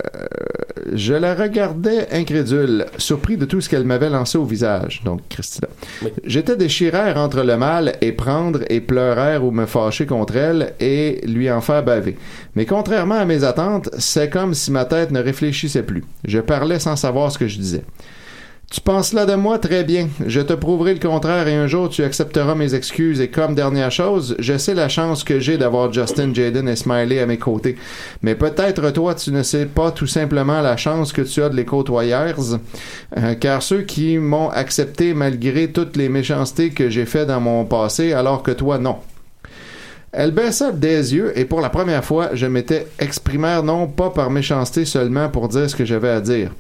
B: je la regardais incrédule, surpris de tout ce qu'elle m'avait lancé au visage, donc Christina.
C: Oui.
B: J'étais déchirère entre le mal et prendre et pleurer ou me fâcher contre elle et lui en faire baver. Mais contrairement à mes attentes, c'est comme si ma tête ne réfléchissait plus. Je parlais sans savoir ce que je disais. Tu penses là de moi très bien. Je te prouverai le contraire et un jour tu accepteras mes excuses. Et comme dernière chose, je sais la chance que j'ai d'avoir Justin, Jaden et Smiley à mes côtés. Mais peut-être toi tu ne sais pas tout simplement la chance que tu as de les côtoyers, Euh, car ceux qui m'ont accepté malgré toutes les méchancetés que j'ai fait dans mon passé, alors que toi non. Elle baissa des yeux et pour la première fois, je m'étais exprimé non pas par méchanceté seulement pour dire ce que j'avais à dire.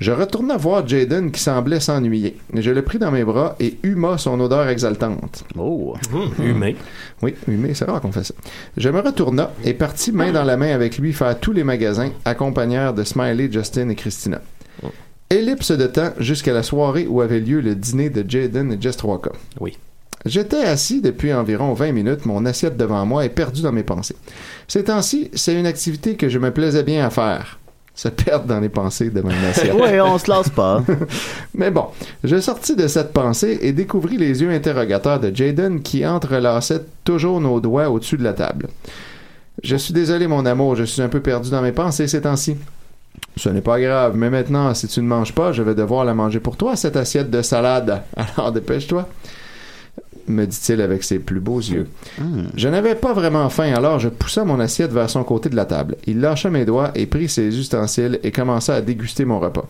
B: Je retourna voir Jaden qui semblait s'ennuyer. Je le pris dans mes bras et huma son odeur exaltante.
A: Oh!
B: Mmh.
C: Humain.
B: Oui, humé, c'est rare qu'on fait ça. Je me retourna et partis main dans la main avec lui faire tous les magasins, accompagnés de Smiley, Justin et Christina. Ellipse de temps jusqu'à la soirée où avait lieu le dîner de Jaden et Jess 3K.
C: Oui.
B: J'étais assis depuis environ 20 minutes, mon assiette devant moi est perdue dans mes pensées. Ces temps-ci, c'est une activité que je me plaisais bien à faire. Se perdre dans les pensées devant une assiette.
A: Ouais, on se lasse pas.
B: Mais bon, je sortis de cette pensée et découvris les yeux interrogateurs de Jaden qui entrelaçaient toujours nos doigts au-dessus de la table. Je suis désolé, mon amour, je suis un peu perdu dans mes pensées ces temps-ci. Ce n'est pas grave, mais maintenant, si tu ne manges pas, je vais devoir la manger pour toi, cette assiette de salade. Alors dépêche-toi, me dit-il avec ses plus beaux yeux.
A: Hmm.
B: Je n'avais pas vraiment faim, alors je poussa mon assiette vers son côté de la table. Il lâcha mes doigts et prit ses ustensiles et commença à déguster mon repas.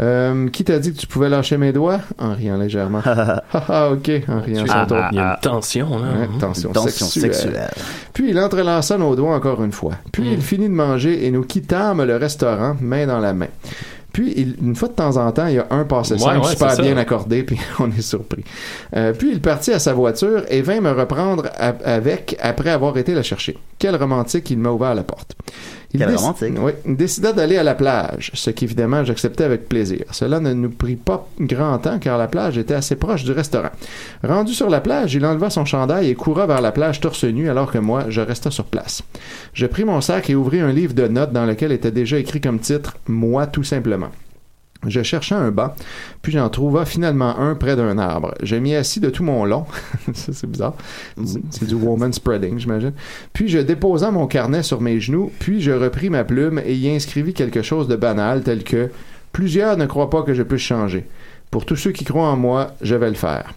B: Euh, qui t'a dit que tu pouvais lâcher mes doigts? En riant légèrement. ah ah, ok, en riant
C: Ah,
B: sans tour.
C: Il y a une tension, là.
B: Hein,
C: Mhm.
B: tension,
A: Tension
B: sexuelle.
A: sexuelle.
B: Puis il entrelaça nos doigts encore une fois. Puis
C: Mm.
B: il finit de manger et nous quittâmes le restaurant, main dans la main. Puis, il- une fois de temps en temps, il y a un passé
C: Ouais,
B: simple
C: ouais,
B: super
C: c'est ça.
B: bien accordé, puis on est surpris. Euh, puis, il partit à sa voiture et vint me reprendre a- avec après avoir été la chercher. Quel romantique, il m'a ouvert la porte. Il
A: Quel
B: déc-
A: romantique.
B: Oui, il décida d'aller à la plage, ce qu'évidemment j'acceptais avec plaisir. Cela ne nous prit pas grand temps car la plage était assez proche du restaurant. Rendu sur la plage, il enleva son chandail et courut vers la plage torse nu alors que moi, je restais sur place. Je pris mon sac et ouvris un livre de notes dans lequel était déjà écrit comme titre « Moi tout simplement ». Je cherchais un banc, puis j'en trouvais finalement un près d'un arbre. Je m'y assis de tout mon long. Ça, c'est bizarre. C'est du woman spreading, j'imagine. Puis je déposa mon carnet sur mes genoux, puis je repris ma plume et y inscrivis quelque chose de banal tel que Plusieurs ne croient pas que je puisse changer. Pour tous ceux qui croient en moi, je vais le faire.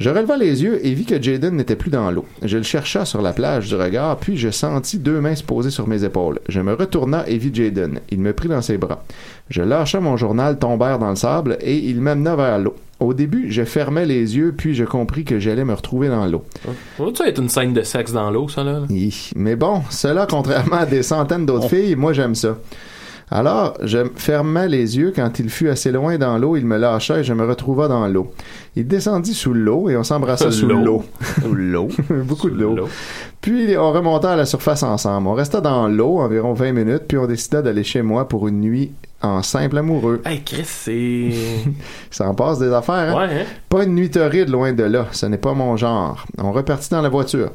B: Je releva les yeux et vis que Jaden n'était plus dans l'eau. Je le chercha sur la plage du regard, puis je sentis deux mains se poser sur mes épaules. Je me retourna et vis Jaden. Il me prit dans ses bras. Je lâcha mon journal tombèrent dans le sable et il m'amena vers l'eau. Au début, je fermais les yeux, puis je compris que j'allais me retrouver dans l'eau.
C: Ça doit être une scène de sexe dans l'eau, ça, là.
B: Hi. Mais bon, cela, contrairement à des centaines d'autres filles, moi j'aime ça. Alors, je fermais les yeux quand il fut assez loin dans l'eau, il me lâcha et je me retrouva dans l'eau. Il descendit sous l'eau et on s'embrassa sous
C: L'eau.
B: l'eau.
A: Ou l'eau.
B: Beaucoup de l'eau. Puis on remonta à la surface ensemble. On resta dans l'eau environ 20 minutes, puis on décida d'aller chez moi pour une nuit en simple amoureux.
C: Hey, Chris, c'est.
B: Ça en passe des affaires, hein?
C: Ouais, hein?
B: Pas une nuit torride, loin de là. Ce n'est pas mon genre. On repartit dans la voiture.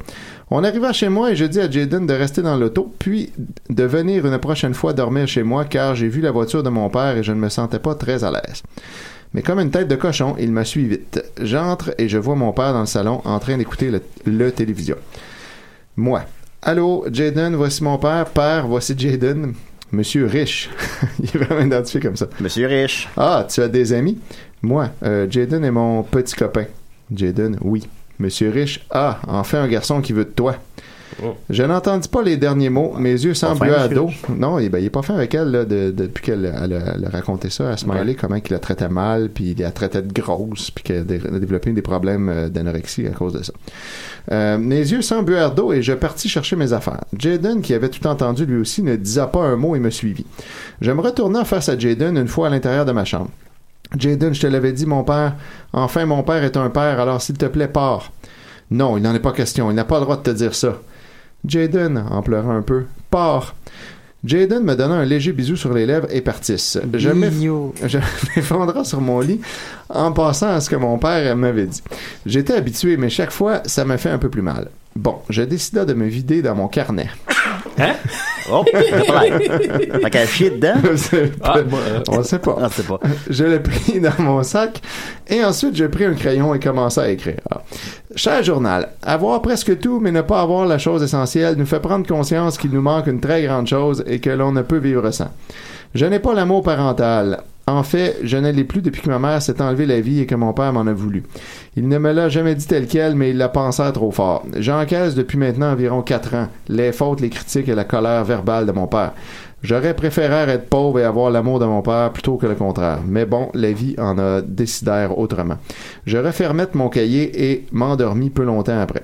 B: On arriva chez moi et je dis à Jaden de rester dans l'auto, puis de venir une prochaine fois dormir chez moi car j'ai vu la voiture de mon père et je ne me sentais pas très à l'aise. Mais comme une tête de cochon, il me suit vite. J'entre et je vois mon père dans le salon en train d'écouter le, le télévision. Moi. Allô, Jaden, voici mon père. Père, voici Jaden. Monsieur riche. il est vraiment identifié comme ça.
A: Monsieur Riche.
B: Ah, tu as des amis? Moi, euh, Jaden est mon petit copain. Jaden, oui. Monsieur Rich, ah, enfin un garçon qui veut de toi.
C: Oh.
B: Je n'entendis pas les derniers mots, mes yeux
A: fin,
B: semblaient à
A: Monsieur
B: dos.
A: Rich.
B: Non, eh ben, il est pas fin avec elle là, de- depuis qu'elle elle a, elle a raconté ça à Smiley, comment qu'il la traitait mal, puis il la traitait de grosse, puis qu'elle a dé- a développé des problèmes euh, d'anorexie à cause de ça. Euh, mes yeux s'embuèrent d'eau et je partis chercher mes affaires. Jaden, qui avait tout entendu lui aussi, ne disa pas un mot et me suivit. Je me retournai face à Jaden une fois à l'intérieur de ma chambre. Jaden, je te l'avais dit, mon père. Enfin, mon père est un père, alors s'il te plaît, pars. Non, il n'en est pas question. Il n'a pas le droit de te dire ça. Jaden, en pleurant un peu, pars. Jaden me donna un léger bisou sur les lèvres et partisse. Je m'eff-
J: Mignon.
B: je m'effondra sur mon lit en passant à ce que mon père m'avait dit. J'étais habitué, mais chaque fois, ça me fait un peu plus mal. Bon, je décida de me vider dans mon carnet.
C: Hein?
A: Oh! Fait qu'elle chier dedans?
B: On sait
C: Ah,
B: pas.
C: moi, euh,
B: On sait pas.
A: Ah, c'est pas.
B: Je le pris dans mon sac et ensuite je pris un crayon et commença à écrire. Ah. Cher journal, avoir presque tout mais ne pas avoir la chose essentielle nous fait prendre conscience qu'il nous manque une très grande chose et que l'on ne peut vivre sans. Je n'ai pas l'amour parental. En fait, je ne l'ai plus depuis que ma mère s'est enlevée la vie et que mon père m'en a voulu. Il ne me l'a jamais dit tel quel, mais il l'a pensé trop fort. J'encaisse depuis maintenant environ quatre ans les fautes, les critiques et la colère verbale de mon père. J'aurais préféré être pauvre et avoir l'amour de mon père plutôt que le contraire. Mais bon, la vie en a décidé autrement. Je refermais mon cahier et m'endormis peu longtemps après.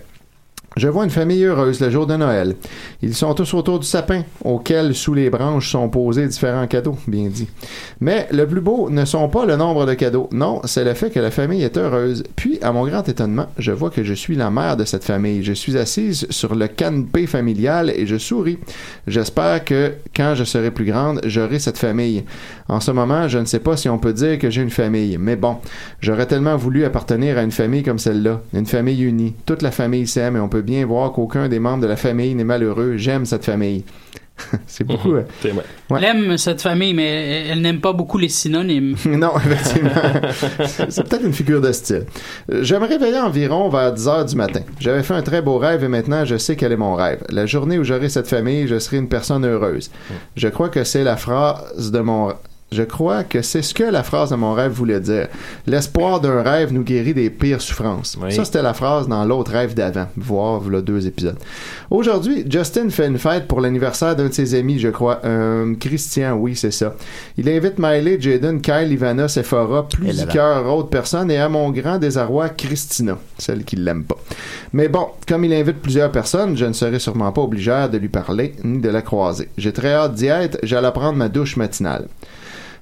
B: Je vois une famille heureuse le jour de Noël. Ils sont tous autour du sapin, auquel sous les branches sont posés différents cadeaux, bien dit. Mais le plus beau ne sont pas le nombre de cadeaux, non, c'est le fait que la famille est heureuse. Puis, à mon grand étonnement, je vois que je suis la mère de cette famille. Je suis assise sur le canapé familial et je souris. J'espère que quand je serai plus grande, j'aurai cette famille. En ce moment, je ne sais pas si on peut dire que j'ai une famille, mais bon, j'aurais tellement voulu appartenir à une famille comme celle-là, une famille unie. Toute la famille s'aime et on peut bien voir qu'aucun des membres de la famille n'est malheureux. J'aime cette famille. c'est beaucoup. hein?
C: C'est vrai.
B: Ouais.
J: Elle aime cette famille, mais elle, elle n'aime pas beaucoup les synonymes.
B: Non, effectivement. C'est peut-être une figure de style. Euh, Je me réveillais environ vers 10 heures du matin. J'avais fait un très beau rêve et maintenant je sais quel est mon rêve. La journée où j'aurai cette famille, je serai une personne heureuse. Je crois que c'est la phrase de mon... Je crois que c'est ce que la phrase de mon rêve voulait dire. L'espoir d'un rêve nous guérit des pires souffrances.
C: Oui.
B: Ça, c'était la phrase dans l'autre rêve d'avant. Voir, voilà deux épisodes. Aujourd'hui, Justin fait une fête pour l'anniversaire d'un de ses amis, je crois. Euh, Christian, oui, c'est ça. Il invite Miley, Jaden, Kyle, Ivana, Sephora,
A: Et là-là.
B: plusieurs autres personnes et à mon grand désarroi, Christina, celle qui l'aime pas. Mais bon, comme il invite plusieurs personnes, je ne serai sûrement pas obligé de lui parler ni de la croiser. J'ai très hâte d'y être, j'allais prendre ma douche matinale.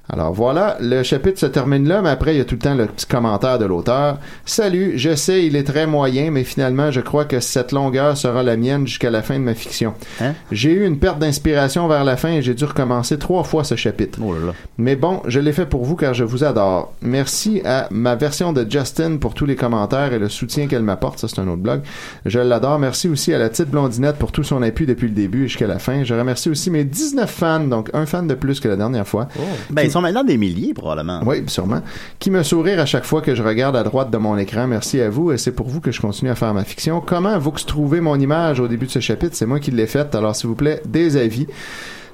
B: Alors voilà, le chapitre se termine là, mais après il y a tout le temps le petit commentaire de l'auteur. Salut, je sais, il est très moyen, mais finalement je crois que cette longueur sera la mienne jusqu'à la fin de ma fiction.
A: Hein?
B: J'ai eu une perte d'inspiration vers la fin et j'ai dû recommencer trois fois ce chapitre.
A: Oh là là.
B: Mais bon, je l'ai fait pour vous car je vous adore. Merci à ma version de Justin pour tous les commentaires et le soutien qu'elle m'apporte. Ça, c'est un autre blog. Je l'adore. Merci aussi à la petite blondinette pour tout son appui depuis le début et jusqu'à la fin. Je remercie aussi mes 19 fans, donc un fan de plus que la dernière fois.
A: Ben,
B: Qui
A: sont maintenant des milliers, probablement.
B: Ah. Oui, sûrement. Qui me sourire à chaque fois que je regarde à droite de mon écran. Merci à vous et c'est pour vous que je continue à faire ma fiction. Comment vous que trouvez mon image au début de ce chapitre C'est moi qui l'ai faite. Alors s'il vous plaît, des avis.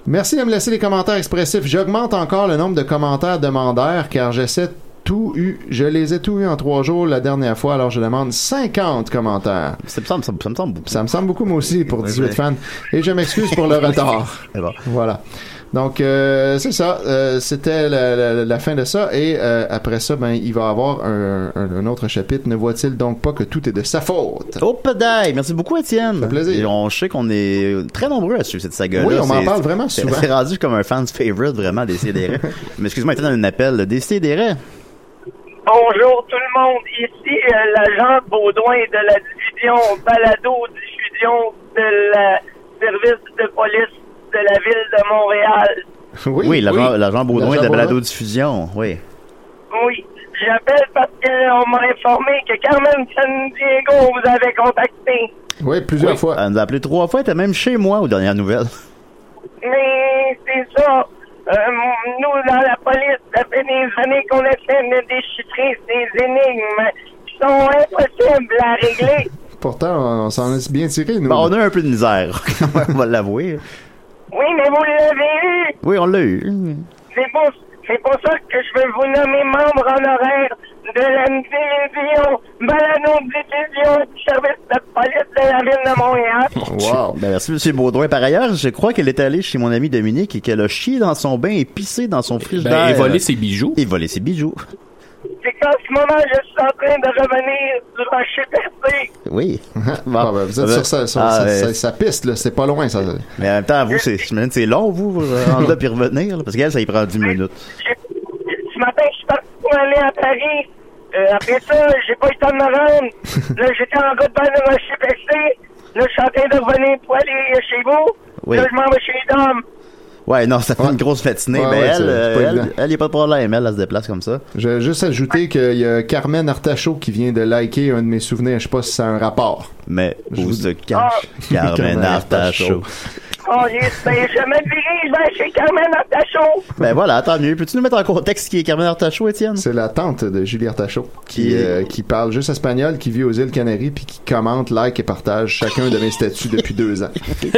B: Merci de me laisser les commentaires expressifs. J'augmente encore le nombre de commentaires demandaires car j'essaie tout eu. Je les ai tout eu en trois jours la dernière fois. Alors je demande 50 commentaires.
A: Ça me semble, ça me- ça me semble beaucoup.
B: Ça me semble beaucoup moi aussi pour
A: Ouais,
B: 18
A: ouais.
B: fans. Et je m'excuse pour le retard.
A: C'est bon.
B: Voilà. Donc euh, c'est ça, Euh, c'était la, la- la fin de ça et euh, après ça ben il va y avoir un, un- un autre chapitre. Ne voit-il donc pas que tout est de sa faute
A: Oh, pedaille! Merci beaucoup, Étienne.
B: Ça fait plaisir.
A: Et on sait qu'on est très nombreux à suivre cette saga-là.
B: Oui, on m'en
A: C'est-
B: parle vraiment
A: c'est-
B: souvent.
A: C'est rendu comme un fan's favorite, vraiment, des CDR. Mais excuse-moi, Étienne, on a un appel. Des CDR.
E: Bonjour tout le monde, ici euh, l'agent Baudouin de la division Balado-Diffusion de la service de police de la ville de Montréal.
A: Oui, l'agent l'agent Baudouin de la balado-diffusion. Oui.
E: Oui, j'appelle parce qu'on m'a informé que Carmen San Diego vous avait contacté.
B: Oui, plusieurs fois.
A: Elle nous a appelé trois fois. Elle était même chez moi aux dernières nouvelles.
E: Mais c'est ça. Euh, nous, dans la police, ça fait des années qu'on essaie de déchiffrer ces énigmes qui sont impossibles à régler.
B: Pourtant on, on s'en est bien tiré nous.
A: Bon, Ben, on a un peu de misère, on va l'avouer.
E: Oui, mais vous l'avez eu.
A: Oui, on l'a eu.
E: C'est pour, c'est pour ça que je veux vous nommer membre honoraire de la division Balano-Diffusion du service de police de la ville de Montréal.
B: Wow.
A: Ben, merci, M. Baudouin. Par ailleurs, je crois qu'elle est allée chez mon ami Dominique et qu'elle a chié dans son bain et pissé dans son frigidaire.
C: Ben,
B: euh,
C: et voler ses bijoux.
A: Et volé ses bijoux.
E: C'est qu'en ce moment, je suis en train de revenir du rocher percé.
A: Oui.
B: Bon, ben, vous êtes
A: Ben,
B: sur sa, sur
A: ah,
B: sa-
A: ben,
B: sa- sa piste là, c'est pas loin ça.
A: Mais en même temps, vous, c'est, j'imagine que c'est long, vous, vous rendre là puis revenir, là, parce qu'elle, ça y prend 10 minutes.
E: Je- Ce matin, je suis parti pour aller à Paris. Euh, après ça, j'ai pas eu le temps de me rendre. Là, j'étais en route vers le rocher percé. Là, je suis en train de revenir pour aller euh, chez vous.
A: Oui.
E: Là, je m'en vais chez les dames.
A: Ouais, non, ça fait
B: Ouais.
A: une grosse matinée.
B: Ouais,
A: mais
B: ouais,
A: elle,
B: c'est- c'est pas
A: euh,
B: évident.
A: elle, elle, y a pas de problème. Elle, elle se déplace comme ça.
B: Je vais juste ajouter qu'il y a Carmen Artachaud qui vient de liker un de mes souvenirs, je sais pas si ça a un rapport.
A: Mais
B: Je
A: où
B: vous Ah!
A: se cache Carmen
B: Carmen
A: Artachaud?
E: Oh, yes, ben, je me dirige vers chez Carmen Artachon.
A: ben voilà, tant mieux. Peux-tu nous mettre en contexte qui est Carmen Artachaud, Étienne?
B: C'est la tante de Julie Artachaud qui,
A: Qui-
B: euh, qui parle juste espagnol, qui vit aux îles Canaries, puis qui commente, like et partage chacun de mes statuts depuis deux ans.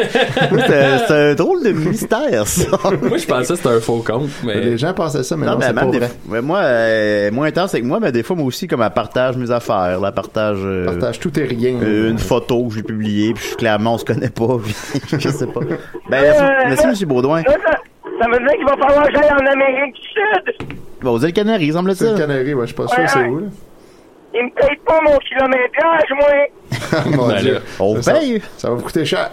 A: C'est, c'est un drôle de mystère, ça.
C: Moi, je pensais que c'était un faux compte, mais.
B: Les gens pensaient ça, mais non,
A: Non, mais
B: c'est pas
A: même des-
B: vrai.
A: ouais, moi, euh, moins intense que moi, mais des fois, moi aussi, comme elle partage mes affaires, là, elle partage, euh,
B: Partage tout et rien.
A: euh, une photo que j'ai publiée, puis je- clairement, on se connaît pas, puis je sais pas. Ben, merci, merci, monsieur Baudouin.
E: Là, ça, ça veut dire qu'il va falloir que j'aille en Amérique du Sud.
A: Bon, aux îles Canaries,
B: C'est le
A: semble-t-il.
B: Canaries, ouais, je suis pas sûr c'est où. Là.
E: Il me paye pas mon kilométrage, moi.
B: Ah, Mon
C: Ben
B: Dieu.
C: là,
A: on
B: ça,
A: paye.
B: Ça va vous coûter cher.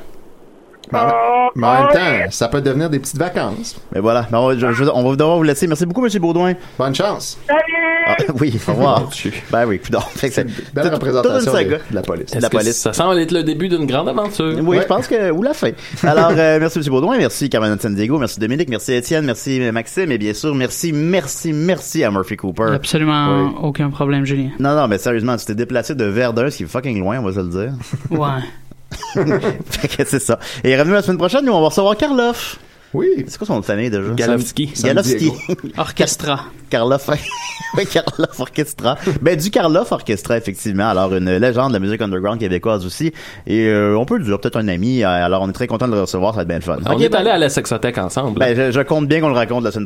B: Mais en-
E: Oh,
B: mais en même
E: oh,
B: temps, ça peut devenir des petites vacances.
A: Mais voilà, Ben, on, va- je- je- on va devoir vous laisser. Merci beaucoup, monsieur Baudouin.
B: Bonne chance.
E: Salut!
A: Ah, oui, au revoir.
C: Mon Dieu.
A: ben oui, coudonc. Fait que c'est
B: Belle
A: toute- toute une
B: représentation
A: saga.
B: de, de la police.
A: la
C: est-ce que
A: police.
C: Ça semble être le début d'une grande aventure.
A: Oui,
B: Ouais.
A: je pense que ou la fin. Alors euh, merci Monsieur Baudouin, merci Carmen de San Diego, merci Dominique, merci Étienne, merci euh, Maxime et bien sûr merci merci merci à Murphy Cooper.
J: Absolument aucun problème, Julien.
A: Non non mais sérieusement, tu t'es déplacé de Verdun, ce qui est fucking loin, on va se le dire.
J: Ouais.
A: fait que c'est ça. Et revenez la semaine prochaine, nous on va recevoir Karloff.
B: Oui.
A: C'est quoi son nom de famille déjà
C: Galovski.
A: Sam- Galovski.
J: Orchestra.
A: Karloff. hein. oui, Karloff Orchestra. Ben du Karloff Orchestra effectivement. Alors une légende de la musique underground québécoise aussi et euh, on peut le dire peut-être un
C: Ah,
A: ami. Alors on est très content de le recevoir, ça va être bien le fun.
C: On est allé à la sexothèque ensemble.
A: Ben je, je compte bien qu'on le raconte la semaine